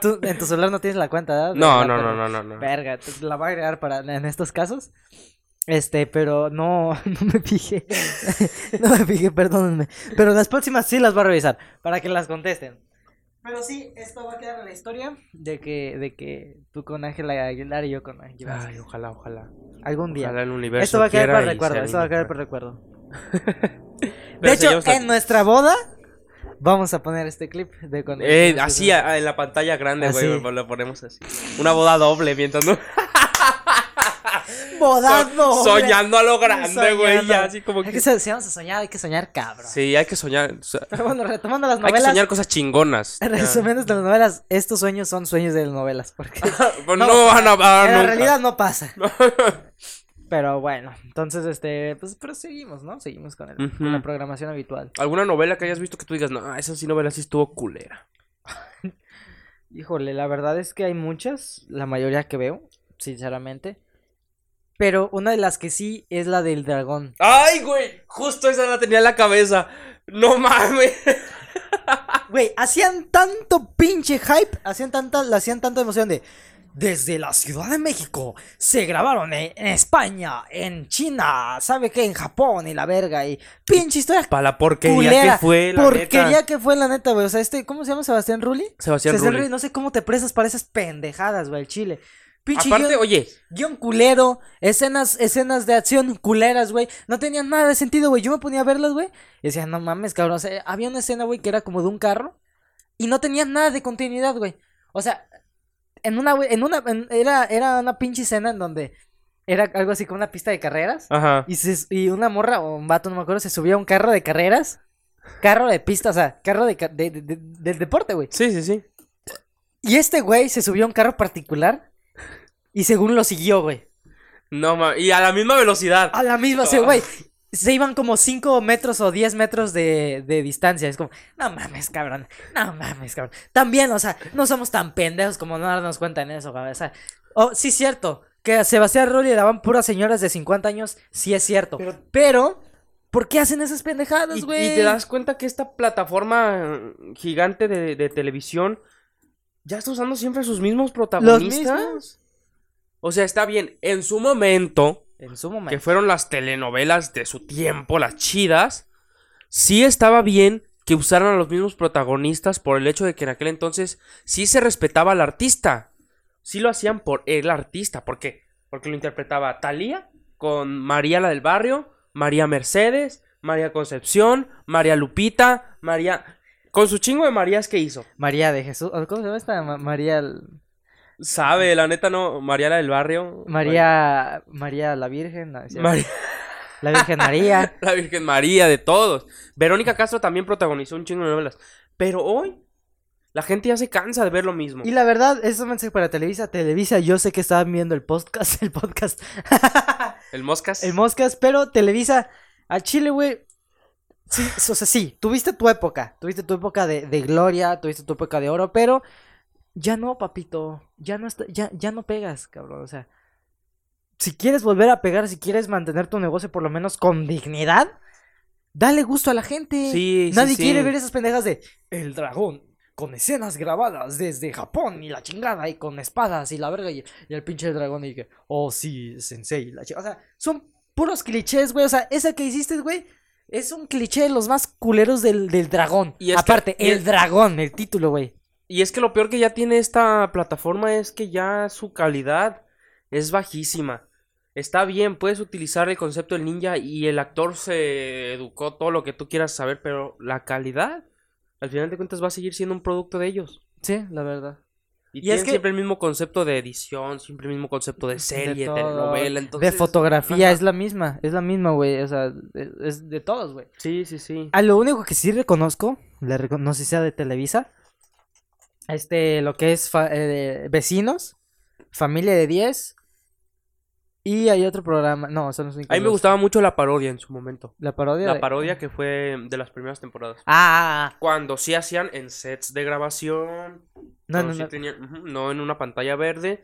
A: Tú- en tu celular no tienes la cuenta, ¿verdad?
B: No,
A: La-
B: no,
A: la-
B: no, no, no, no.
A: Verga, te- la va a agregar para en estos casos. Este, pero no, no me fijé. no me fijé, perdónenme. Pero las próximas sí las voy a revisar para que las contesten. Pero sí, esto va a quedar en la historia de que, de que tú con Ángela Aguilar y yo con Ángel
B: Ay, ojalá, ojalá.
A: Algún día.
B: Ojalá el universo.
A: Esto va a quedar
B: quiera
A: para el
B: y
A: recuerdo,
B: sea
A: esto va a
B: lindo.
A: quedar para el recuerdo.
B: Pero
A: De hecho,
B: seguimos a-
A: en nuestra boda vamos a poner este clip de cuando...
B: Eh, así, a- a- en la pantalla grande, güey, pues,
A: Así.
B: lo- lo ponemos así. Una boda doble, mientras no...
A: ¡Bodando!
B: So-
A: hombre!
B: soñando a lo grande, güey,
A: Soñando.
B: ya, así como
A: Hay
B: que...
A: que ser- si vamos a soñar, hay que soñar, cabrón.
B: Sí, hay que soñar. so-
A: Pero bueno, retomando las
B: Hay que
A: novelas.
B: soñar cosas chingonas. ya.
A: Resumiendo las novelas, estos sueños son sueños de las novelas. Porque
B: Pues
A: No,
B: no, van a
A: en la
B: dar
A: realidad no pasa. Pero bueno, entonces, este, pues, pero seguimos, ¿no? Seguimos con, el- con la
B: Ujú.
A: programación habitual.
B: ¿Alguna novela que hayas visto que tú digas, no, esa sí novela sí estuvo culera?
A: Híjole, la verdad es que hay muchas, la mayoría que veo, sinceramente. Pero una de las que sí es la del dragón.
B: ¡Ay, güey! Justo esa la tenía en la cabeza. ¡No mames!
A: Güey, hacían tanto pinche hype, hacían tanta, le hacían tanta emoción de. Desde la Ciudad de México se grabaron en, en España, en China, ¿sabe qué? En Japón y la verga y pinche historia
B: Para la porquería
A: Culera,
B: que fue, la
A: porquería
B: neta.
A: que fue la neta, güey. O sea, este, ¿cómo se llama Sebastián Rulli?
B: Sebastián Rulli.
A: no sé cómo te presas para esas pendejadas, güey, el chile. Pinche
B: Aparte,
A: guión,
B: oye,
A: guión culero, escenas, escenas de acción culeras, güey. No tenían nada de sentido, güey. Yo me ponía a verlas, güey. Y decía, no mames, cabrón. O sea, había una escena, güey, que era como de un carro. Y no tenía nada de continuidad, güey. O sea, en una, en una, en- era, era una pinche escena en donde era algo así como una pista de carreras.
B: Ajá.
A: Y, se- y una morra o un vato, no me acuerdo, se subía a un carro de carreras. Carro de pista, o sea, carro de, ca- de- de- de- del deporte, güey.
B: Sí, sí, sí.
A: Y este güey se subió a un carro particular y según lo siguió, güey.
B: No mames. Y a la misma velocidad.
A: A la misma, o sea, güey. Se iban como 5 metros o 10 metros de, de distancia. Es como, no mames, cabrón. No mames, cabrón. También, o sea, no somos tan pendejos como no darnos cuenta en eso, cabrón. O sea, oh, sí, es cierto. Que a Sebastián Rulli le daban puras señoras de 50 años. Sí, es cierto. Pero,
B: Pero-
A: ¿por qué hacen esas
B: Y,
A: pendejadas, güey?
B: y te das cuenta que esta plataforma gigante de, de televisión ya está usando siempre sus mismos protagonistas.
A: mismos.
B: O sea, está bien, en su momento,
A: En su
B: que
A: momento.
B: fueron las telenovelas de su tiempo, las chidas, sí estaba bien que usaran a los mismos protagonistas por el hecho de que en aquel entonces sí se respetaba al artista. Sí lo hacían por el artista, ¿por qué? Porque lo interpretaba Talía con María la del barrio, María Mercedes, María Concepción, María Lupita, María con su chingo de Marías que hizo.
A: María de Jesús. ¿o ¿Cómo se llama esta? Ma- María.
B: Sabe, la neta no, María la del barrio.
A: María. María la Virgen. no, es cierto.
B: María-
A: La Virgen María.
B: La Virgen María, de todos. Verónica Castro también protagonizó un chingo de novelas. Pero hoy, la gente ya se cansa de ver lo mismo.
A: Y la verdad, es un mensaje para Televisa. Televisa, yo sé que estaban viendo el podcast, el podcast,
B: El Moscas.
A: el Moscas, pero Televisa, al Chile, güey. Sí, o sea, sí, tuviste tu época. Tuviste tu época de, de gloria, tuviste tu época de oro, pero ya no, papito. Ya no, está- ya, ya no pegas, cabrón. O sea, si quieres volver a pegar, si quieres mantener tu negocio por lo menos con dignidad, dale gusto a la gente.
B: Sí, sí,
A: Nadie
B: sí.
A: quiere ver esas pendejas de El dragón con escenas grabadas desde Japón y la chingada y con espadas y la verga y, y el pinche dragón y que, oh sí, sensei, la chingada. O sea, son puros clichés, güey. O sea, esa que hiciste, güey, es un cliché de los más culeros del, del dragón.
B: Y es que-
A: Aparte,
B: y
A: el
B: es-
A: dragón, el título, güey.
B: Y es que lo peor que ya tiene esta plataforma es que ya su calidad es bajísima. Está bien, puedes utilizar el concepto del ninja y el actor se educó todo lo que tú quieras saber, pero la calidad, al final de cuentas, va a seguir siendo un producto de ellos.
A: Sí, la verdad.
B: Y,
A: Y
B: tienen
A: es que-
B: siempre el mismo concepto de edición, siempre el mismo concepto de serie,
A: todo,
B: telenovela,
A: De
B: entonces...
A: fotografía,
B: ajá.
A: es la misma, es la misma, güey. O sea, es- es de todos, güey.
B: Sí, sí, sí.
A: A Ah, lo único que sí reconozco, le recono- no sé si sea de Televisa, este, lo que es fa- eh, Vecinos, Familia de 10, y hay otro programa, no, son los únicos
B: A mí me
A: dos.
B: gustaba mucho la parodia en su momento.
A: La parodia.
B: La
A: de-
B: parodia que fue de las primeras temporadas.
A: Ah, ah, ah.
B: Cuando sí hacían en sets de grabación.
A: no,
B: cuando
A: no,
B: sí
A: no.
B: tenían- ujú, no en una pantalla verde.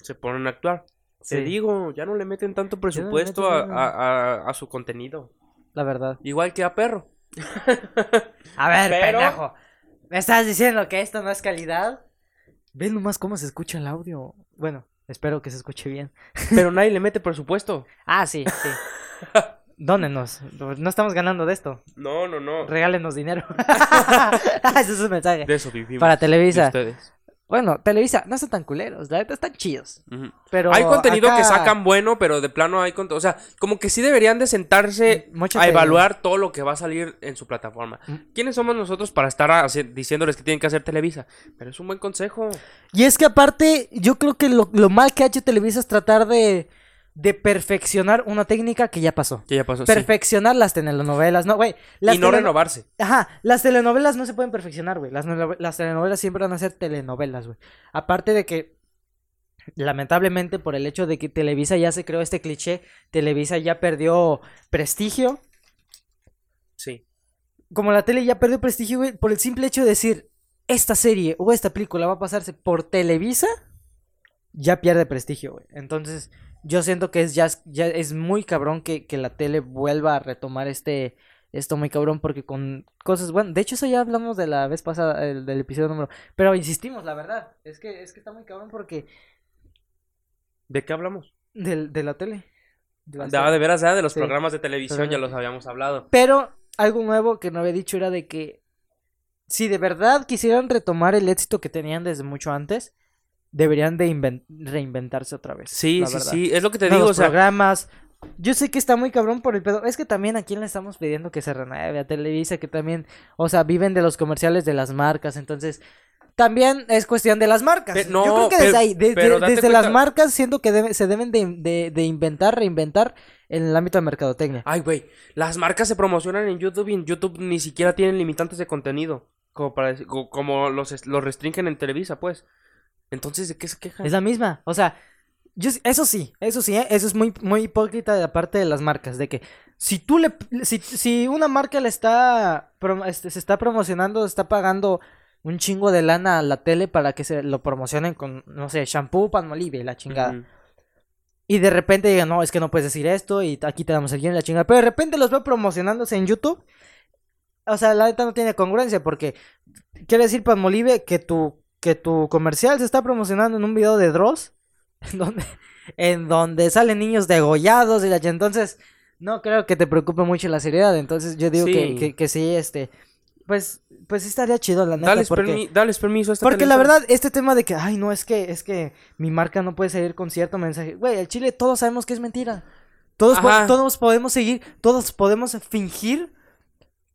B: Se ponen a actuar. Te
A: sí,
B: digo, ya no le meten tanto
A: le
B: presupuesto a,
A: meten
B: a- a- a su contenido.
A: la verdad.
B: Igual que a Perro.
A: A ver,
B: Pero-
A: pendejo, ¿me estás diciendo que esto no es calidad? Ve nomás cómo se escucha el audio. Bueno, espero que se escuche bien.
B: Pero nadie le mete presupuesto.
A: Ah, sí, sí. Dónenos, no estamos ganando de esto.
B: No, no, no.
A: Regálenos dinero. Ese es un mensaje.
B: De eso vivimos.
A: Para
B: de
A: Televisa.
B: ustedes.
A: Bueno, Televisa no son tan culeros, la neta están chidos.
B: Ujú.
A: Pero
B: hay contenido que
A: acá-
B: sacan bueno, pero de plano hay contenido. O sea, como que sí deberían de sentarse
A: Mucha
B: a
A: tele-
B: evaluar todo lo que va a salir en su plataforma.
A: Mm.
B: ¿Quiénes somos nosotros para estar haci- diciéndoles que tienen que hacer Televisa? Pero es un buen consejo.
A: Y es que aparte, yo creo que lo, lo mal que ha hecho Televisa es tratar de, de perfeccionar una técnica que ya pasó.
B: Que ya pasó. Pues sí.
A: Perfeccionar las telenovelas, no, güey. las
B: Y no
A: teleno-
B: renovarse.
A: Ajá, las telenovelas no se pueden perfeccionar, güey. Las, nove- las telenovelas siempre van a ser telenovelas, güey. Aparte de que, lamentablemente, por el hecho de que Televisa ya se creó este cliché, Televisa ya perdió prestigio.
B: Sí.
A: como la tele ya perdió prestigio, güey, por el simple hecho de decir esta serie o esta película va a pasarse por Televisa, ya pierde prestigio, güey. Entonces, yo siento que es ya, es- ya es muy cabrón que, que la tele vuelva a retomar este esto muy cabrón porque con cosas, bueno, de hecho eso ya hablamos de la vez pasada el- del episodio número, pero insistimos, la verdad, es que es que está muy cabrón porque
B: ¿De qué hablamos?
A: del- de, la tele. de las
B: De, ah, de veras, ah, de los
A: Sí.
B: programas de televisión
A: Programas
B: ya
A: de-
B: los habíamos hablado.
A: Pero algo nuevo que no había dicho era de que si de verdad quisieran retomar el éxito que tenían desde mucho antes, deberían de inven- reinventarse otra vez.
B: Sí,
A: la
B: sí,
A: verdad.
B: sí. Es lo que te
A: Nuevos
B: digo. O sea,
A: programas. Yo sé que está muy cabrón por el pedo. Es que también a quién le estamos pidiendo que se renueve a Televisa, que también, o sea, viven de los comerciales de las marcas. Entonces, también es cuestión de las marcas.
B: Pe- no,
A: Yo creo que
B: pe-
A: desde ahí, de- de-
B: pero date
A: desde las
B: cuenta-
A: marcas, siento que debe- se deben de, de- de inventar, reinventar en el ámbito de mercadotecnia.
B: Ay, güey, las marcas se promocionan en YouTube y en YouTube ni siquiera tienen limitantes de contenido. Como, para, dec- co- como los, es- los restringen en Televisa, pues. Entonces, ¿de qué se quejan?
A: Es la misma. O sea, yo sí- eso sí, eso sí, ¿eh? eso es muy, muy hipócrita de la parte de las marcas. De que si tú le. Si, si una marca le está. prom- este, se está promocionando, está pagando un chingo de lana a la tele para que se lo promocionen con, no sé, shampoo, palmolive, y la chingada.
B: Ujú.
A: Y de repente digan, no, es que no puedes decir esto y aquí te damos el guión y la chingada. Pero de repente los veo promocionándose en YouTube. O sea, la neta no tiene congruencia porque quiere decir, Palmolive, que tu, que tu comercial se está promocionando en un video de Dross en donde, en donde salen niños degollados y la chingada. Entonces, no creo que te preocupe mucho la seriedad. Entonces, yo digo que,
B: Sí.
A: que, que sí, este. Pues, pues sí estaría chido, la neta.
B: Dales,
A: porque...
B: permi- dales permiso a esta
A: Porque la
B: televisora.
A: verdad, este tema de que, ay, no, es que, es que mi marca no puede seguir con cierto mensaje. Güey, al Chile todos sabemos que es mentira. Todos, po-
B: Ajá.
A: todos podemos seguir, todos podemos fingir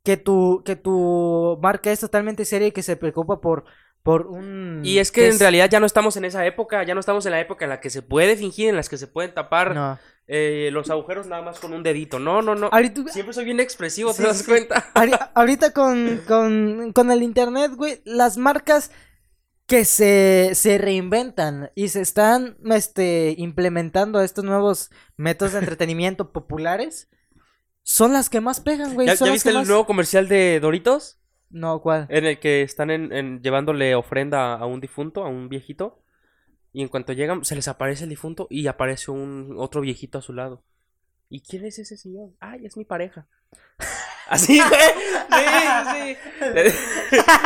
A: que tu, que tu marca es totalmente seria y que se preocupa por, por un...
B: Y es que en realidad ya no estamos en esa época, ya no estamos en la época en la que se puede fingir, en las que se pueden tapar
A: No.
B: eh, los agujeros nada más con un dedito. No, no, no.
A: Ahorita,
B: Siempre soy bien expresivo,
A: Sí,
B: ¿te das
A: sí.
B: cuenta?
A: ahori- ahorita con, con, con el internet, güey, las marcas que se, se reinventan y se están este, implementando estos nuevos métodos de entretenimiento populares son las que más pegan, güey.
B: ¿Ya,
A: son
B: ya
A: las
B: viste
A: que
B: el
A: más-
B: nuevo comercial de Doritos?
A: No, ¿cuál?
B: En el que están en- en- llevándole ofrenda a un difunto, a un viejito. Y en cuanto llegan, se les aparece el difunto y aparece un otro viejito a su lado. ¿Y quién es ese señor? Ay, es mi pareja. Así, güey. Sí, sí, sí. Te,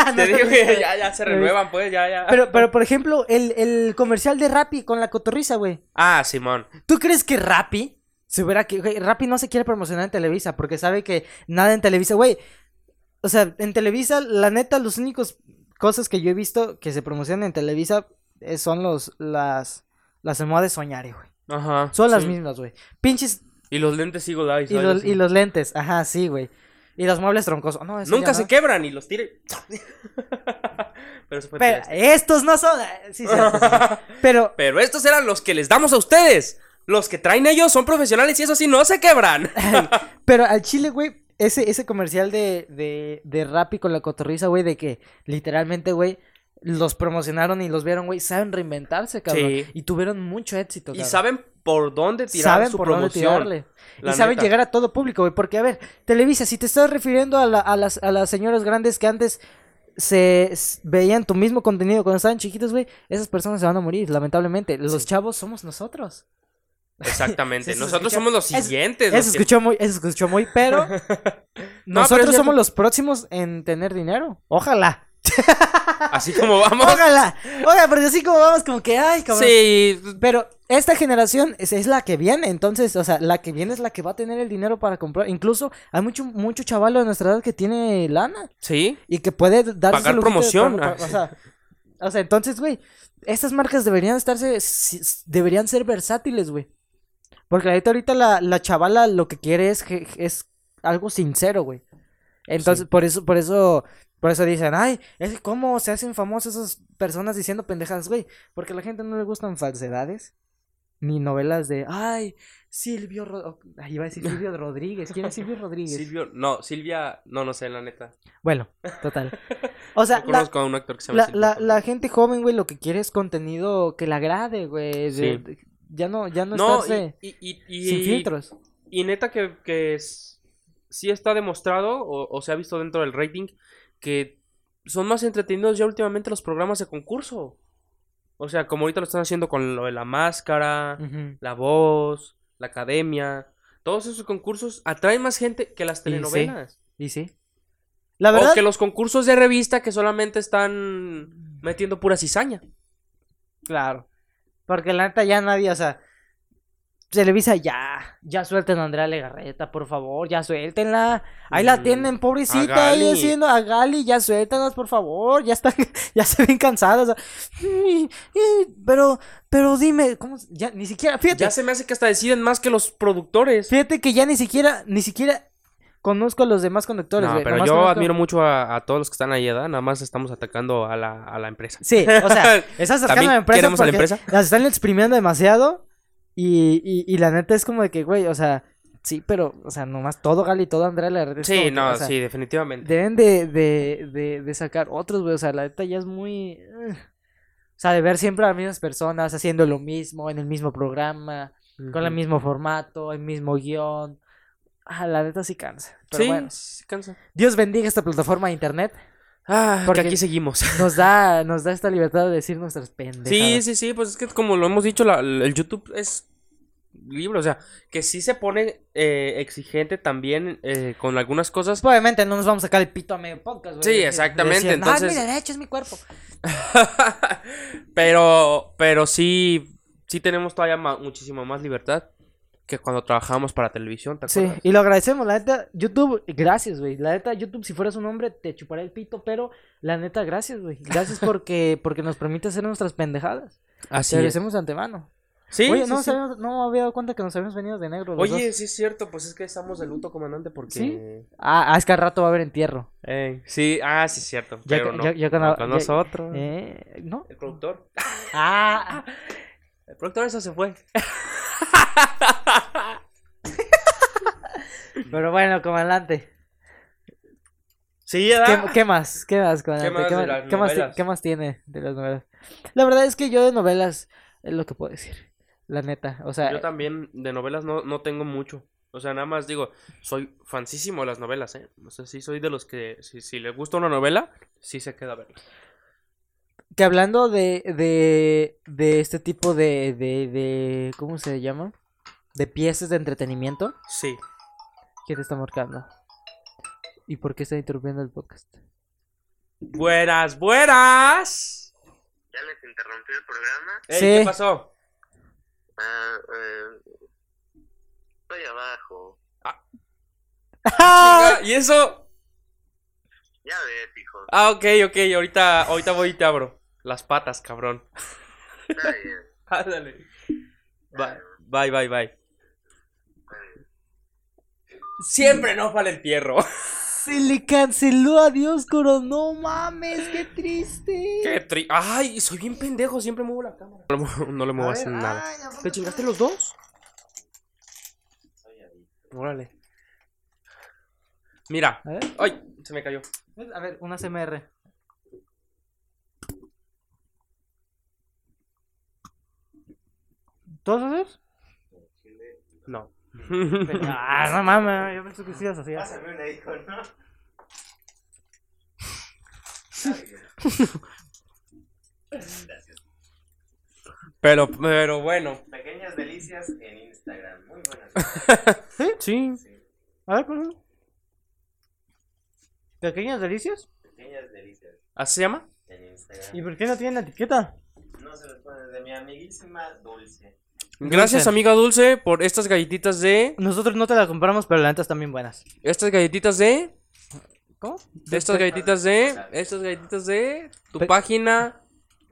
A: No,
B: te digo
A: no,
B: que
A: no.
B: ya, ya se renuevan, pues, ya, ya.
A: Pero, pero, por ejemplo, el, el comercial de Rappi con la cotorriza, güey.
B: Ah, Simón.
A: ¿Tú crees que Rappi se hubiera que güey, Rappi no se quiere promocionar en Televisa porque sabe que nada en Televisa, güey. O sea, en Televisa, la neta, los únicos cosas que yo he visto que se promocionan en Televisa eh, son los las las almohadas soñare, güey.
B: Ajá.
A: Son las
B: sí.
A: mismas, güey. Pinches
B: Y los lentes Eagle Eyes.
A: y,
B: o algo
A: los,
B: así.
A: y los lentes, ajá, sí, güey. Y los muebles troncosos. No, eso
B: Nunca
A: ya
B: se
A: no.
B: quebran y los tire. Pero eso fue
A: Pero
B: tiras.
A: estos no son. eh, sí, cierto, sí. Pero
B: Pero estos eran los que les damos a ustedes. Los que traen ellos son profesionales y eso sí no se quebran.
A: Pero al chile, güey, ese, ese comercial de, de, de Rappi con la cotorriza, güey, de que literalmente, güey, los promocionaron y los vieron, güey, saben reinventarse, cabrón.
B: Sí.
A: Y tuvieron mucho éxito,
B: Y
A: cabrón.
B: saben por dónde tirar
A: Saben
B: su
A: por dónde
B: promoción.
A: tirarle.
B: la
A: y saben
B: neta.
A: llegar a todo público, güey. Porque, a ver, Televisa, si te estás refiriendo a, la- a las, a las señoras grandes que antes se s- veían tu mismo contenido cuando estaban chiquitos, güey, esas personas se van a morir, lamentablemente. Los chavos somos nosotros.
B: Exactamente.
A: Eso se
B: Nosotros
A: escucha-
B: somos los
A: eso-
B: siguientes.
A: Eso
B: los que-
A: escuchó muy, eso escuchó muy, pero
B: No,
A: nosotros
B: pero es
A: somos
B: cierto.
A: los próximos en tener dinero. Ojalá.
B: Así como vamos.
A: Ojalá. Ojalá, porque así como vamos, como que, ay, cabrón.
B: sí.
A: Pero esta generación es, es la que viene, entonces, o sea, la que viene es la que va a tener el dinero para comprar. Incluso hay mucho, mucho chavalo de nuestra edad que tiene lana
B: Sí.
A: y que puede dar
B: Pagar promoción. ah,
A: o, sea, o sea, entonces, güey, estas marcas deberían estarse, si- s- deberían ser versátiles, güey. Porque ahorita, ahorita la, la chavala lo que quiere es, que- es algo sincero, güey. Entonces, por eso, por eso, por eso dicen, ay, es que cómo se hacen famosas esas personas diciendo pendejadas, güey. Porque a la gente no le gustan falsedades. Ni novelas de, ay, Silvio, Ro- ay, iba a decir Silvio Rodríguez. ¿Quién es Silvio Rodríguez?
B: Silvio. No, Silvia. No, no sé, la neta.
A: Bueno, total. O sea,
B: Yo
A: la-
B: conozco a un actor que se llama
A: la,
B: Silvio
A: la,
B: Rodríguez.
A: la gente joven, güey, lo que quiere es contenido que le agrade, güey. de-
B: Sí.
A: de- Ya no, ya no,
B: No,
A: estarse
B: y, y- y-
A: sin
B: y-
A: filtros.
B: Y neta que, que es- sí está demostrado o, o se ha visto dentro del rating que son más entretenidos ya últimamente los programas de concurso. O sea, como ahorita lo están haciendo con lo de la máscara,
A: Ujú.
B: la voz, la academia. Todos esos concursos atraen más gente que las
A: sí.
B: telenovelas.
A: Y sí. La verdad,
B: O que los concursos de revista que solamente están metiendo pura cizaña.
A: claro. Porque la neta ya nadie, o sea, Televisa ya, ya suelten a Andrea Legarreta, por favor, ya suéltenla. Ahí la
B: Mm,
A: tienen, pobrecita,
B: a
A: ahí
B: Gali.
A: haciendo a Gali, ya suéltanos, por favor, ya están, ya se ven cansadas. o sea, "Mm, mm, Pero, pero dime, ¿cómo? se- Ya, ni siquiera, fíjate.
B: Ya se me hace que hasta deciden más que los productores.
A: Fíjate que ya ni siquiera, ni siquiera conozco a los demás conductores,
B: No,
A: güey,
B: pero
A: nomás
B: yo
A: conozco-
B: admiro mucho a, a todos los que están ahí, ¿verdad? Nada más estamos atacando a la, a la empresa.
A: Sí, o sea, estás atacando
B: También
A: a la empresa
B: queremos a la
A: porque
B: empresa.
A: las están exprimiendo demasiado y, y, y la neta es como de que, güey, o sea, sí, pero, o sea, nomás todo Gali y todo Andrea la verdad es como
B: Sí,
A: que,
B: no,
A: o sea,
B: sí, definitivamente.
A: Deben de, de, de, de sacar otros, güey, o sea, la neta ya es muy... eh. O sea, de ver siempre a las mismas personas haciendo lo mismo, en el mismo programa, con el
B: Ujú.
A: mismo formato, el mismo guión. Ah, la neta sí cansa. Pero
B: Sí,
A: bueno,
B: sí, cansa.
A: Dios bendiga esta plataforma de internet.
B: Ah,
A: Porque-
B: que aquí seguimos.
A: Nos da, nos da esta libertad de decir nuestras pendejadas.
B: Sí, sí, sí, pues es que como lo hemos dicho, la- la- el YouTube es libre, o sea, que sí se pone eh, exigente también eh, con algunas cosas.
A: Pues obviamente no nos vamos a sacar el pito a medio podcast, güey.
B: Sí,
A: De- de
B: exactamente,
A: decir, No,
B: entonces-
A: es mi derecho, es mi cuerpo.
B: pero, pero sí, sí tenemos todavía ma- muchísima más libertad que cuando trabajábamos para televisión, ¿te
A: Sí,
B: acuerdas?
A: y lo agradecemos, la neta. YouTube, gracias, güey. La neta, YouTube, si fueras un hombre, te chuparé el pito, pero la neta, gracias, güey. Gracias porque, porque nos permite hacer nuestras pendejadas. te
B: Así es.
A: agradecemos de antemano.
B: Ah, Sí,
A: Oye,
B: sí,
A: no,
B: sí.
A: sabíamos- no había dado cuenta que nos habíamos venido de negro. los
B: Oye,
A: dos.
B: sí es cierto, pues es que estamos de luto, comandante, porque...
A: Sí. Ah, ah, es que al rato va a haber entierro.
B: Eh, sí, ah, sí es cierto,
A: Ya
B: pero
A: que-
B: no, Ah,
A: ya- ya que
B: no
A: no-
B: con
A: ya-
B: nosotros.
A: Eh, ¿No?
B: El productor.
A: Ah,
B: El productor eso se fue.
A: pero bueno, comandante.
B: Sí,
A: ¿Qué,
B: ¿verdad?
A: qué más? ¿qué más, comandante?
B: más
A: ¿Qué
B: de
A: más-
B: las
A: qué más ti-
B: novelas?
A: qué más tiene de las novelas? La verdad es que yo de novelas es lo que puedo decir. La neta. O sea,
B: Yo también de novelas no, no tengo mucho. O sea, nada más digo, soy fansísimo de las novelas, ¿eh? O sea, sí soy de los que, si, si les gusta una novela, sí se queda a verla.
A: Que hablando de, de, de este tipo de, de, de- ¿Cómo se llama? De piezas de entretenimiento.
B: Sí.
A: ¿Quién te está marcando? ¿Y por qué está interrumpiendo el podcast?
B: Buenas, buenas.
D: Ya les interrumpí el programa.
B: Ey,
A: Sí.
B: ¿Qué pasó?
D: Ah, eh, estoy abajo.
B: Chinga, ¿Y eso?
D: Ya ves, hijo.
B: Ah, ok, ok, ahorita, ahorita voy y te abro. Las patas, cabrón.
D: Está bien.
B: Ándale. Bye, bye, bye, bye. Siempre no vale el pierro.
A: Se le canceló a Dioscuro. No mames, qué triste.
B: Qué tri... Ay, soy bien pendejo, siempre muevo la cámara. ah. No, le muevo- no le
A: A
B: muevas
A: ver,
B: nada.
A: ay, ¿a poco
B: ¿Te chingaste los dos? Órale. Mira.
A: A ver,
B: Ay, se me cayó.
A: Pues, a ver, una CMR. ¿Todos haces?
B: No.
A: Ah, no mames, yo pensé que sí las hacías.
D: Pásame una, hijo, ¿no?
B: Pero, pero bueno.
D: Pequeñas delicias en Instagram. Muy buenas.
B: Sí.
A: A ver, por favor. Pequeñas delicias.
D: Pequeñas delicias
B: ¿Así se llama?
D: en
A: ¿Y
D: Instagram.
A: por qué no tienen etiqueta?
D: No se les pone de mi amiguísima Dulce.
B: Gracias,
A: Dulce.
B: amiga Dulce, por estas galletitas de.
A: Nosotros no te la compramos, pero la neta están bien buenas.
B: Estas galletitas de.
A: ¿Cómo?
B: De estas galletitas de. Estas galletitas de. Tu
A: Pe-
B: página.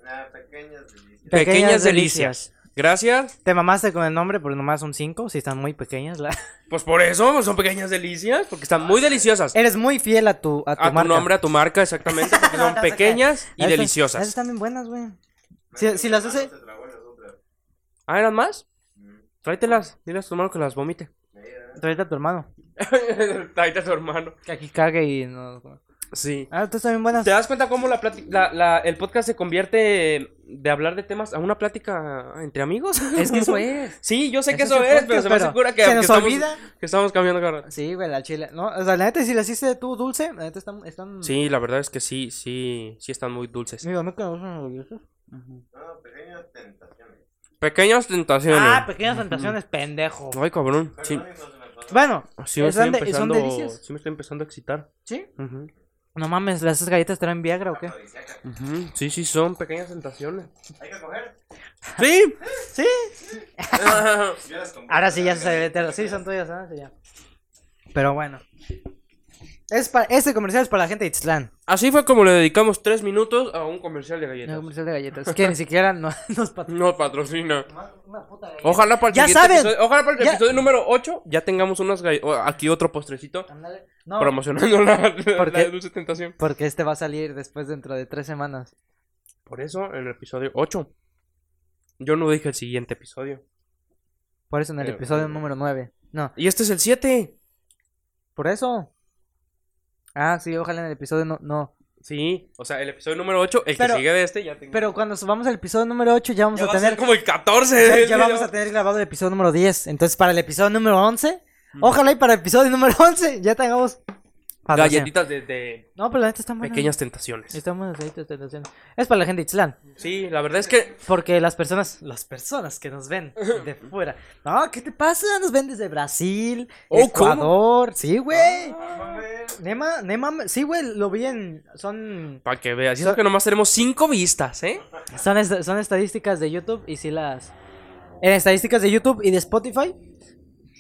D: Ah, pequeñas delicias.
B: Pequeñas delicias. Gracias.
A: Te mamaste con el nombre, pero nomás son cinco, si están muy pequeñas. la-
B: Pues por eso, son pequeñas delicias. Porque están muy deliciosas.
A: Eres muy fiel a tu, a Eh, tu
B: a tu
A: marca.
B: nombre, a tu marca, exactamente, porque son
A: No, no,
B: pequeñas y
A: Esas- Esas
B: deliciosas.
A: están bien buenas, güey. Si, si las hace...
D: Se trabó las otras.
B: ¿Ah, eran más?
D: Mm,
B: Tráetelas, dile a tu hermano que las vomite.
D: mira.
A: Tráete a tu hermano.
B: Tráete a tu hermano.
A: Que aquí cague y no...
B: Sí.
A: Ah, tú están bien buenas.
B: ¿Te das cuenta cómo la plati- la- la- el podcast se convierte de hablar de temas a una plática entre amigos?
A: Es que eso es.
B: Sí, yo sé que
A: Ese
B: eso
A: el
B: es,
A: podcast,
B: pero se me hace cura que,
A: se
B: que
A: nos
B: estamos,
A: olvida.
B: que estamos cambiando, cabrón.
A: Sí, güey, la chile. No, o sea, la neta, si las hiciste tú dulce, la neta están... están...
B: Sí, la verdad es que sí, sí, sí están muy dulces.
A: Digo, no que no son orgullosos.
D: No, pequeñas tentaciones.
B: Pequeñas tentaciones.
A: Ah, pequeñas tentaciones, pendejo.
B: Ay, cabrón. Sí,
D: Perdón, hijo, se me pasó.
A: Bueno,
B: sí me, estoy
A: Están de- son
B: empezando,
A: delicias.
B: sí me estoy empezando a excitar.
A: sí.
B: Ujú.
A: No mames, ¿las esas galletas traen Viagra o qué?
D: Afrodisíaca.
B: Ujú, Sí, sí, son pequeñas tentaciones.
D: Hay que coger.
B: Sí.
A: Sí.
D: Yo las compré.
A: Ahora sí ya se sabe. te- Sí, son tuyas, ¿ah? Sí, ya. Pero bueno. Es para, este comercial es para la gente de Itzlán.
B: Así fue como le dedicamos tres minutos a un comercial de galletas.
A: No, comercial de galletas. Que ni siquiera no- nos patrocinan.
B: No patrocina. Ojalá para el,
A: Ya
B: siguiente
A: saben.
B: episodio, ojalá para el
A: Ya-
B: episodio número 8 ya tengamos unas galle- o aquí otro postrecito
A: Ándale. No,
B: promocionando la, la-
A: ¿Por
B: la
A: qué?
B: dulce tentación.
A: porque este va a salir después dentro de tres semanas.
B: Por eso en el episodio 8. Yo no dije el siguiente episodio.
A: Por eso en el
B: Pero-
A: episodio número 9. No,
B: Y este es el 7.
A: por eso. Ah, sí, ojalá en el episodio no. no.
B: Sí, o sea, el episodio número 8, el
A: Pero-
B: que sigue de este ya tengo.
A: Pero cuando subamos al episodio número 8 ya vamos
B: ya
A: a
B: va a
A: tener.
B: ser como el 14. de
A: ya,
B: este,
A: ya vamos a tener grabado el episodio número 10. Entonces, para el episodio número 11, ojalá y para el episodio número 11 ya tengamos patrocinio.
B: Galletitas de, de
A: No, pero la neta está buena.
B: pequeñas tentaciones.
A: Están buenas galletas de tentación. Es para la gente de Itzlán.
B: Sí, la verdad es que
A: Porque las personas, las personas que nos ven de fuera. No, ¿qué te pasa? Nos ven desde Brasil,
B: Oh, ¿cómo? Ah,
A: Ecuador. Sí, güey.
D: Mames.
A: Nema, Nema, sí, güey, lo vi en. Son,
B: para que veas, siento que nomás tenemos 5 vistas, ¿eh?
A: son, est- son estadísticas de YouTube y sí las. En estadísticas de YouTube y de Spotify.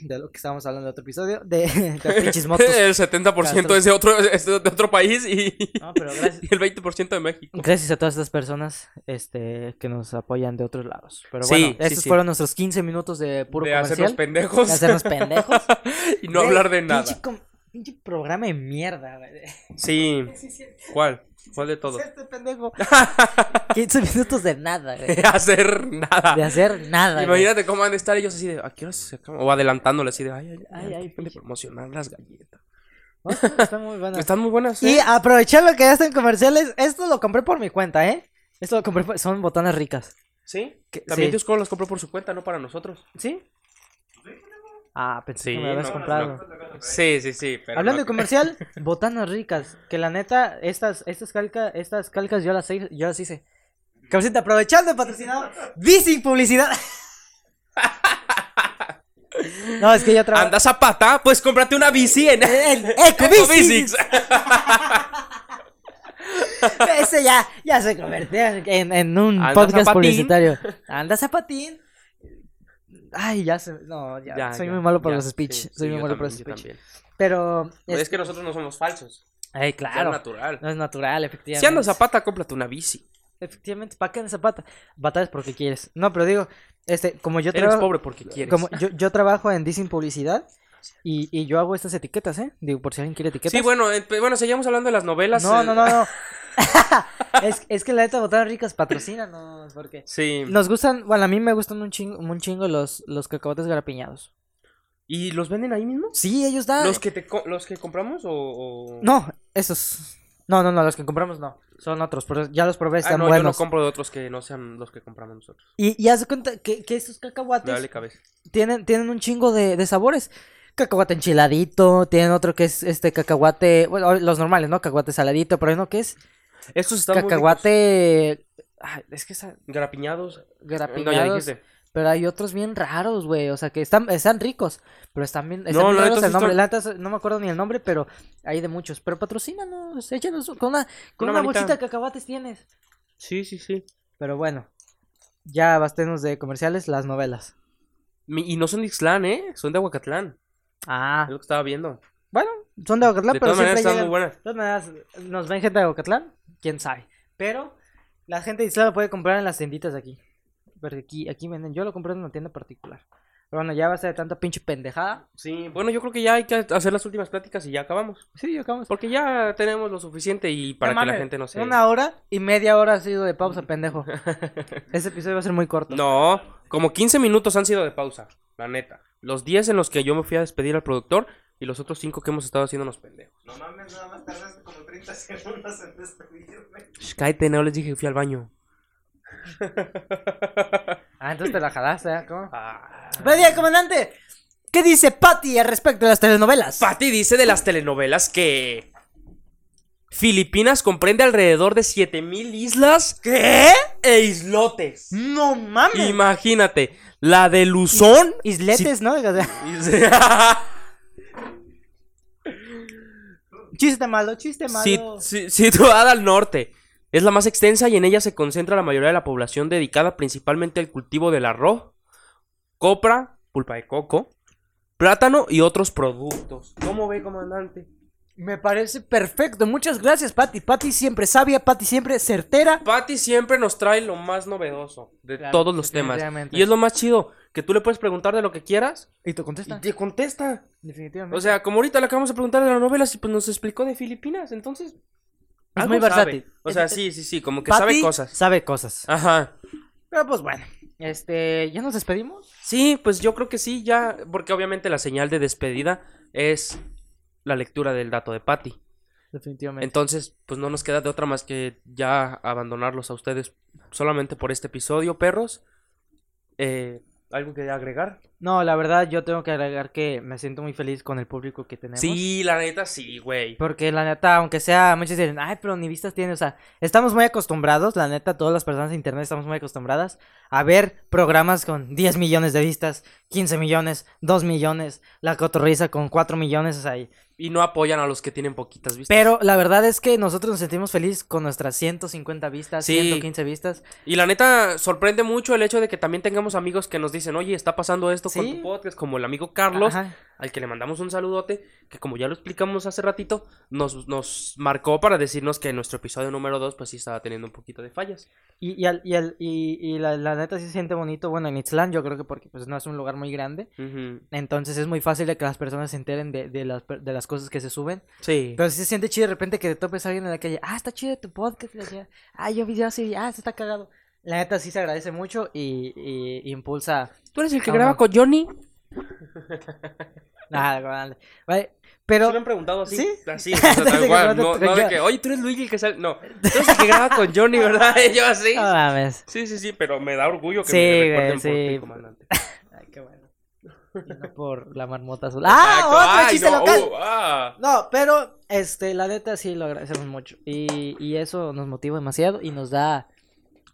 A: De lo que estábamos hablando en otro episodio. De, de pinches motos.
B: El 70% es de otro, es de otro país y,
A: No, pero gracias.
B: y el 20% de México.
A: Gracias a todas estas personas este, que nos apoyan de otros lados. Pero
B: Sí,
A: bueno,
B: sí,
A: estos
B: sí.
A: fueron nuestros 15 minutos de puro
B: de hacernos
A: comercial.
B: pendejos
A: de hacernos pendejos.
B: y no
A: Güey,
B: hablar de
A: Pinche,
B: nada.
A: com- pinche programa de mierda, güey.
B: Sí, ¿cuál? ¿Cuál de todos?
A: Este pendejo. 15 minutos de nada, güey.
B: De hacer nada.
A: De hacer nada. güey.
B: Imagínate cómo han de estar ellos así de, ¿a qué hora se acaba? O adelantándole así de, ay, ay,
A: Ay,
B: ay,
A: ay,
B: dejen de
A: pinche.
B: promocionar las galletas.
A: No, está- está muy bueno.
B: Están muy buenas.
A: Y
B: ¿eh?
A: aprovechando que ya están comerciales, esto lo compré por mi cuenta, ¿eh? Esto lo compré, por- son botanas ricas.
B: Sí.
A: que-
B: También
A: sí.
B: Dios los compró por su cuenta, no para nosotros.
A: ¿Sí? Ah, pensé
B: Sí,
A: que me habías
B: no,
A: comprado.
B: no. Sí, sí, sí. pero
A: Hablando
B: no-
A: de comercial, botanas ricas. Que la neta, estas, estas, calca- estas calcas yo las, hi- yo las hice. Cabecita, aprovechando el patrocinador, vi sin publicidad. no, es que ya trabajo.
B: ¿Andas a pata? Pues cómprate una bici en
A: En Ecobicis.
B: Ecobicis.
A: Ese ya, ya se convirtió en, en un
B: Anda
A: podcast
B: zapatín.
A: publicitario. Anda zapatín. Ay, ya se. No, ya.
B: Ya,
A: soy
B: ya,
A: muy malo para
B: ya,
A: los speech.
B: sí, sí,
A: soy muy
B: yo
A: malo para los
B: también, yo
A: speech.
B: también.
A: Pero.
B: Pero
A: es-
B: Es que nosotros no somos falsos.
A: Ay,
B: Claro.
A: claro.
B: natural.
A: No es natural, efectivamente.
B: Si andas a pata, cómprate una bici.
A: Efectivamente, ¿para qué en zapata? Batallas porque quieres. No, pero digo, este, como yo
B: Eres
A: trabajo.
B: pobre porque quieres.
A: Como yo, yo trabajo en Dicen Publicidad y, y yo hago estas etiquetas, ¿eh? Digo, por si alguien quiere etiquetas.
B: Sí, bueno, eh, pe- bueno, seguimos hablando de las eh, novelas.
A: No,
B: eh,
A: no, no, no. es, es que la neta botanas ricas patrocínanos, porque
B: Sí.
A: nos gustan, bueno, a mí me gustan un chingo, un chingo los, los cacahuates garapiñados.
B: ¿Y los venden ahí mismo?
A: Sí, ellos dan.
B: ¿Los que, te co- los que compramos o...? o-
A: No, esos. No, no, no, los que compramos no. Son otros, pero ya los probé,
B: Ah,
A: están
B: no, yo no
A: buenos.
B: compro de otros que no sean los que compramos nosotros.
A: y, y haz de cuenta que, que estos
B: Me
A: cacahuates
B: vale cabeza.
A: tienen, tienen un chingo de, de sabores. Cacahuate enchiladito, tienen otro que es este cacahuate, bueno, los normales, ¿no? Cacahuate saladito, pero hay uno que es
B: Estos están muy
A: cacahuate... Ay, es que esa...
B: ricos. Garapiñados. No, ya
A: Garapiñados.
B: dijiste.
A: Pero hay otros bien raros, güey. O sea, que están, están ricos. Pero están bien. Están
B: No,
A: bien
B: la neta
A: raros
B: sí
A: el nombre.
B: están-
A: La neta es- no me acuerdo ni el nombre, pero hay de muchos. Pero patrocínanos. Échanos con una, con una,
B: Una manita.
A: bolsita de cacahuates tienes.
B: Sí, sí, sí.
A: Pero bueno. Ya bastenos de comerciales, las novelas.
B: Mi- y no son de Ixtlán, ¿eh? Son de Aguacatlán.
A: Ah,
B: Es lo que estaba viendo.
A: son de Aguacatlán,
B: de
A: pero
B: todas maneras
A: siempre
B: están
A: llegan.
B: muy buenas.
A: De todas maneras, nos ven gente de Aguacatlán, quién sabe. Pero la gente de Isla lo puede comprar en las tienditas de aquí. Pero aquí, aquí venden. Yo lo compré en una tienda particular. Pero bueno, ya basta de tanta pinche pendejada.
B: Sí, bueno, yo creo que ya hay que hacer las últimas pláticas y ya acabamos.
A: Sí, yo acabamos.
B: Porque ya tenemos lo suficiente y para
A: No
B: que la
A: mames,
B: gente no se...
A: Una hora y media hora ha sido de pausa, pendejo. Ese episodio va a ser muy corto.
B: No, como 15 minutos han sido de pausa, la neta. Los 10 en los que yo me fui a despedir al productor y los otros 5 que hemos estado haciendo los pendejos.
D: No mames, nada más tardaste como 30 segundos en despedirme.
B: Sh, cállate, no les dije que fui al baño.
A: Ah, entonces te la jalaste, ¿eh? ¿Cómo?
B: Ah.
A: Buen día, comandante. ¿Qué dice Patty al respecto de las telenovelas?
B: Patty dice de las telenovelas que... Filipinas comprende alrededor de 7000 islas
A: ¿Qué?
B: e islotes.
A: No mames.
B: Imagínate, la de Luzón.
A: Isletes, ¿no? O sea, chiste malo, chiste malo.
B: Si- si- situada al norte. Es la más extensa y en ella se concentra la mayoría de la población dedicada principalmente al cultivo del arroz, copra, pulpa de coco, plátano y otros productos. ¿Cómo ve, comandante?
A: Me parece perfecto. Muchas gracias, Patty. Patty siempre sabia, Patty siempre certera.
B: Patty siempre nos trae lo más novedoso de
A: Claro,
B: todos los temas.
A: definitivamente.
B: Y es lo más chido, que tú le puedes preguntar de lo que quieras
A: Y te
B: y
A: contesta.
B: te contesta.
A: Definitivamente.
B: O sea, como ahorita le acabamos de preguntar de las novelas y pues nos explicó de Filipinas, entonces... algo
A: muy
B: sabe.
A: versátil.
B: O sea, sí, sí, sí, como que
A: Patty
B: sabe cosas.
A: Sabe cosas.
B: Ajá.
A: Pero pues bueno. Este, ¿ya nos despedimos?
B: Sí, pues yo creo que sí, ya, porque obviamente la señal de despedida es la lectura del dato de Patty.
A: Definitivamente.
B: Entonces, pues no nos queda de otra más que ya abandonarlos a ustedes solamente por este episodio, perros. Eh, ¿Algo que agregar?
A: No, la verdad yo tengo que agregar que me siento muy feliz con el público que tenemos.
B: Sí, la neta, sí, güey.
A: Porque la neta, aunque sea, muchos dicen, ay, pero ni vistas tiene, o sea, estamos muy acostumbrados, la neta, todas las personas de internet estamos muy acostumbradas a ver programas con 10 millones de vistas, 15 millones, 2 millones, la cotorriza con 4 millones, o sea, y-
B: Y no apoyan a los que tienen poquitas vistas.
A: pero la verdad es que nosotros nos sentimos felices con nuestras 150 vistas,
B: Sí.
A: 115 vistas,
B: Y la neta, sorprende mucho el hecho de que también tengamos amigos que nos dicen, oye, está pasando esto con
A: Sí.
B: tu podcast, como el amigo Carlos,
A: Ajá.
B: al que le mandamos un saludote, que como ya lo explicamos hace ratito, nos, nos marcó para decirnos que nuestro episodio número 2 pues sí estaba teniendo un poquito de fallas.
A: Y, y, al- y, al- y- y la, la neta sí se siente bonito, bueno, en Itzlán yo creo que porque pues no es un lugar muy grande,
B: Ujú.
A: entonces es muy fácil de que las personas se enteren de, de las, per- de las cosas que se suben.
B: Sí.
A: Pero sí se siente chido de repente que te topes a alguien en la calle. Ah, está chido tu podcast. la chingada. Ah, yo vi yo sí. Ah, se está cagado. La neta sí se agradece mucho y, y- y impulsa.
C: Tú eres el que
A: No,
C: graba
A: no.
C: con Johnny.
A: Ah, vale. Vale,
B: Se lo
A: Pero
B: han preguntado así.
A: ¿Sí?
B: Así, o sea,
A: Desde
B: tal
A: que
B: cual.
A: no
B: No,
A: te
B: no de
A: toca.
B: que, oye, tú eres Luigi el que sale. No, tú eres el que graba con Johnny, ¿verdad? Y yo así.
A: no mames.
B: Sí, sí, sí, pero me da orgullo que
A: Ah. Sí,
B: me
A: güey,
B: recuerden por
A: sí.
B: ti, comandante.
A: Ay, qué bueno. Y no por la marmota azul. ¡Ah! Otro
B: Ay,
A: chiste
B: no,
A: local.
B: uh, ah.
A: No, pero este, la neta sí lo agradecemos mucho. Y, y eso nos motiva demasiado y nos da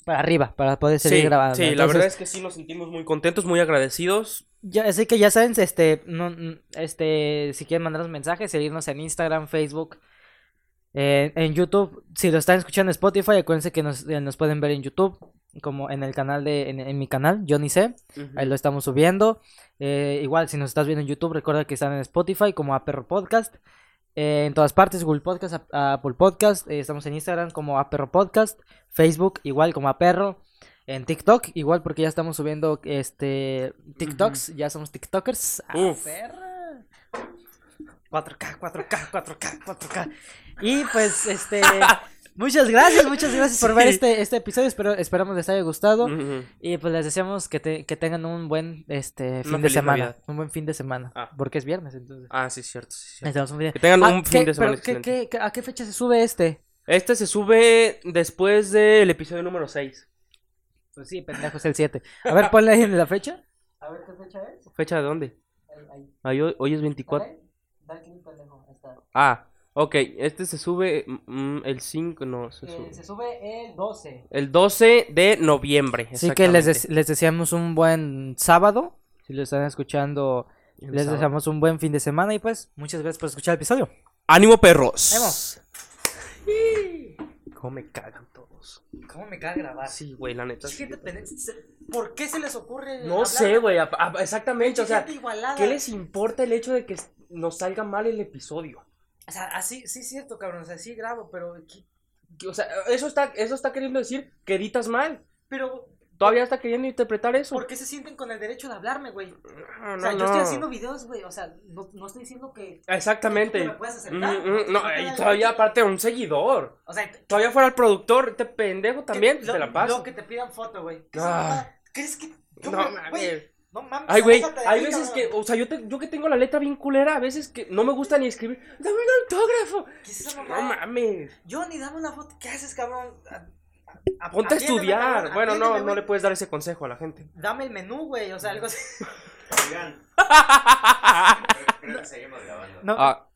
A: para arriba para poder seguir
B: Sí,
A: grabando.
B: sí, la verdad
A: Entonces,
B: es que sí nos sentimos muy contentos, muy agradecidos.
A: Ya, así que ya saben, este, no, n- este, si quieren mandarnos mensajes, seguirnos en Instagram, Facebook, eh, en YouTube. Si lo están escuchando en Spotify, acuérdense que nos, eh, nos pueden ver en YouTube, como en el canal de, en, en mi canal, Johnny C. Ahí lo estamos subiendo. Eh, igual, si nos estás viendo en YouTube, recuerda que están en Spotify como a Perro Podcast. eh, en todas partes, Google Podcast, a- a Apple Podcast. eh, estamos en Instagram como a Perro Podcast. Facebook igual como a Perro. En TikTok igual porque ya estamos subiendo este TikToks. Ya somos TikTokers. ¡Ah,
B: Uf.
A: perra! 4K, 4K, 4K, 4K. Y pues este... Muchas gracias, muchas gracias por ver
B: Sí.
A: este, este episodio. Espero, esperamos les haya gustado.
B: Ujú.
A: Y pues les deseamos que, te- que tengan un buen este fin de
B: feliz
A: semana.
B: Navidad.
A: Un buen fin de semana.
B: Ah.
A: Porque es viernes, entonces.
B: Ah, sí, cierto, sí, cierto.
A: Necesitamos un video.
B: Que tengan
A: Ah,
B: un
A: ¿qué?
B: fin de semana
A: Pero, ¿qué-
B: excelente.
A: qué- qué- ¿A qué fecha se sube este?
B: Este se sube después del episodio número 6.
A: Pues sí, pendejo, es el 7. A ver, ponle ahí en la fecha. A ver qué fecha es.
B: ¿Fecha de dónde? Ah, hoy, hoy es 24.
A: pendejo.
B: Ah, ok. Este se sube mm, mm, el 5, no, se sube.
A: Eh, se sube el 12.
B: El 12 de noviembre.
A: Así que les, des-
B: exactamente.
A: les deseamos un buen sábado. Si lo están escuchando,
B: El
A: les
B: sábado.
A: deseamos un buen fin de semana. Y pues, muchas gracias por escuchar el episodio.
B: ¡Ánimo, perros!
A: Vamos.
B: ¿Cómo me cagan todos?
A: ¿Cómo me caga grabar?
B: Sí, güey, la neta. sí.
A: ¿Por qué se les ocurre?
B: No sé, güey. a- a- Exactamente, o sea,
A: igualada.
B: ¿qué les importa el hecho de que nos salga mal el episodio?
A: O sea, así, sí es cierto, cabrón. O sea, sí grabo, pero. ¿qué-
B: Que, O sea, eso está, eso está queriendo decir que editas mal.
A: Pero,
B: Todavía está queriendo interpretar eso.
A: ¿por qué se sienten con el derecho de hablarme, güey?
B: No,
A: O sea,
B: no,
A: yo estoy
B: no.
A: haciendo videos, güey. O sea, no, no estoy diciendo que.
B: Exactamente.
A: que tú me puedes aceptar.
B: Mm, mm, no,
A: Yo te
B: y
A: la-
B: todavía aparte un seguidor.
A: O sea, que-
B: Todavía fuera el productor, este pendejo también,
A: que-
B: te la
A: lo-
B: paso.
A: Lo que te pidan foto, güey. ¿Qué
B: Ah.
A: mamada? ¿Crees que.? yo
B: No,
A: me-
B: mames.
A: güey, No mames.
B: Ay, güey,
A: aléjate de
B: hay
A: mí,
B: veces que,
A: cabrón.
B: o sea, yo, te- yo que tengo la letra bien culera, a veces que no me gusta ni escribir. ¡Dame un autógrafo!
A: ¿Qué es esa
B: No
A: mamada?
B: mames,
A: Johnny, dame una foto. ¿Qué haces, cabrón? A- a- a-
B: ponte a
A: atiéndeme,
B: estudiar.
A: cabrón,
B: Bueno, no,
A: atiéndeme,
B: no
A: güey.
B: le puedes dar ese consejo a la gente.
A: Dame el menú, güey. O sea, algo así.
D: Oigan, creo que seguimos grabando.
A: No,
B: Ah,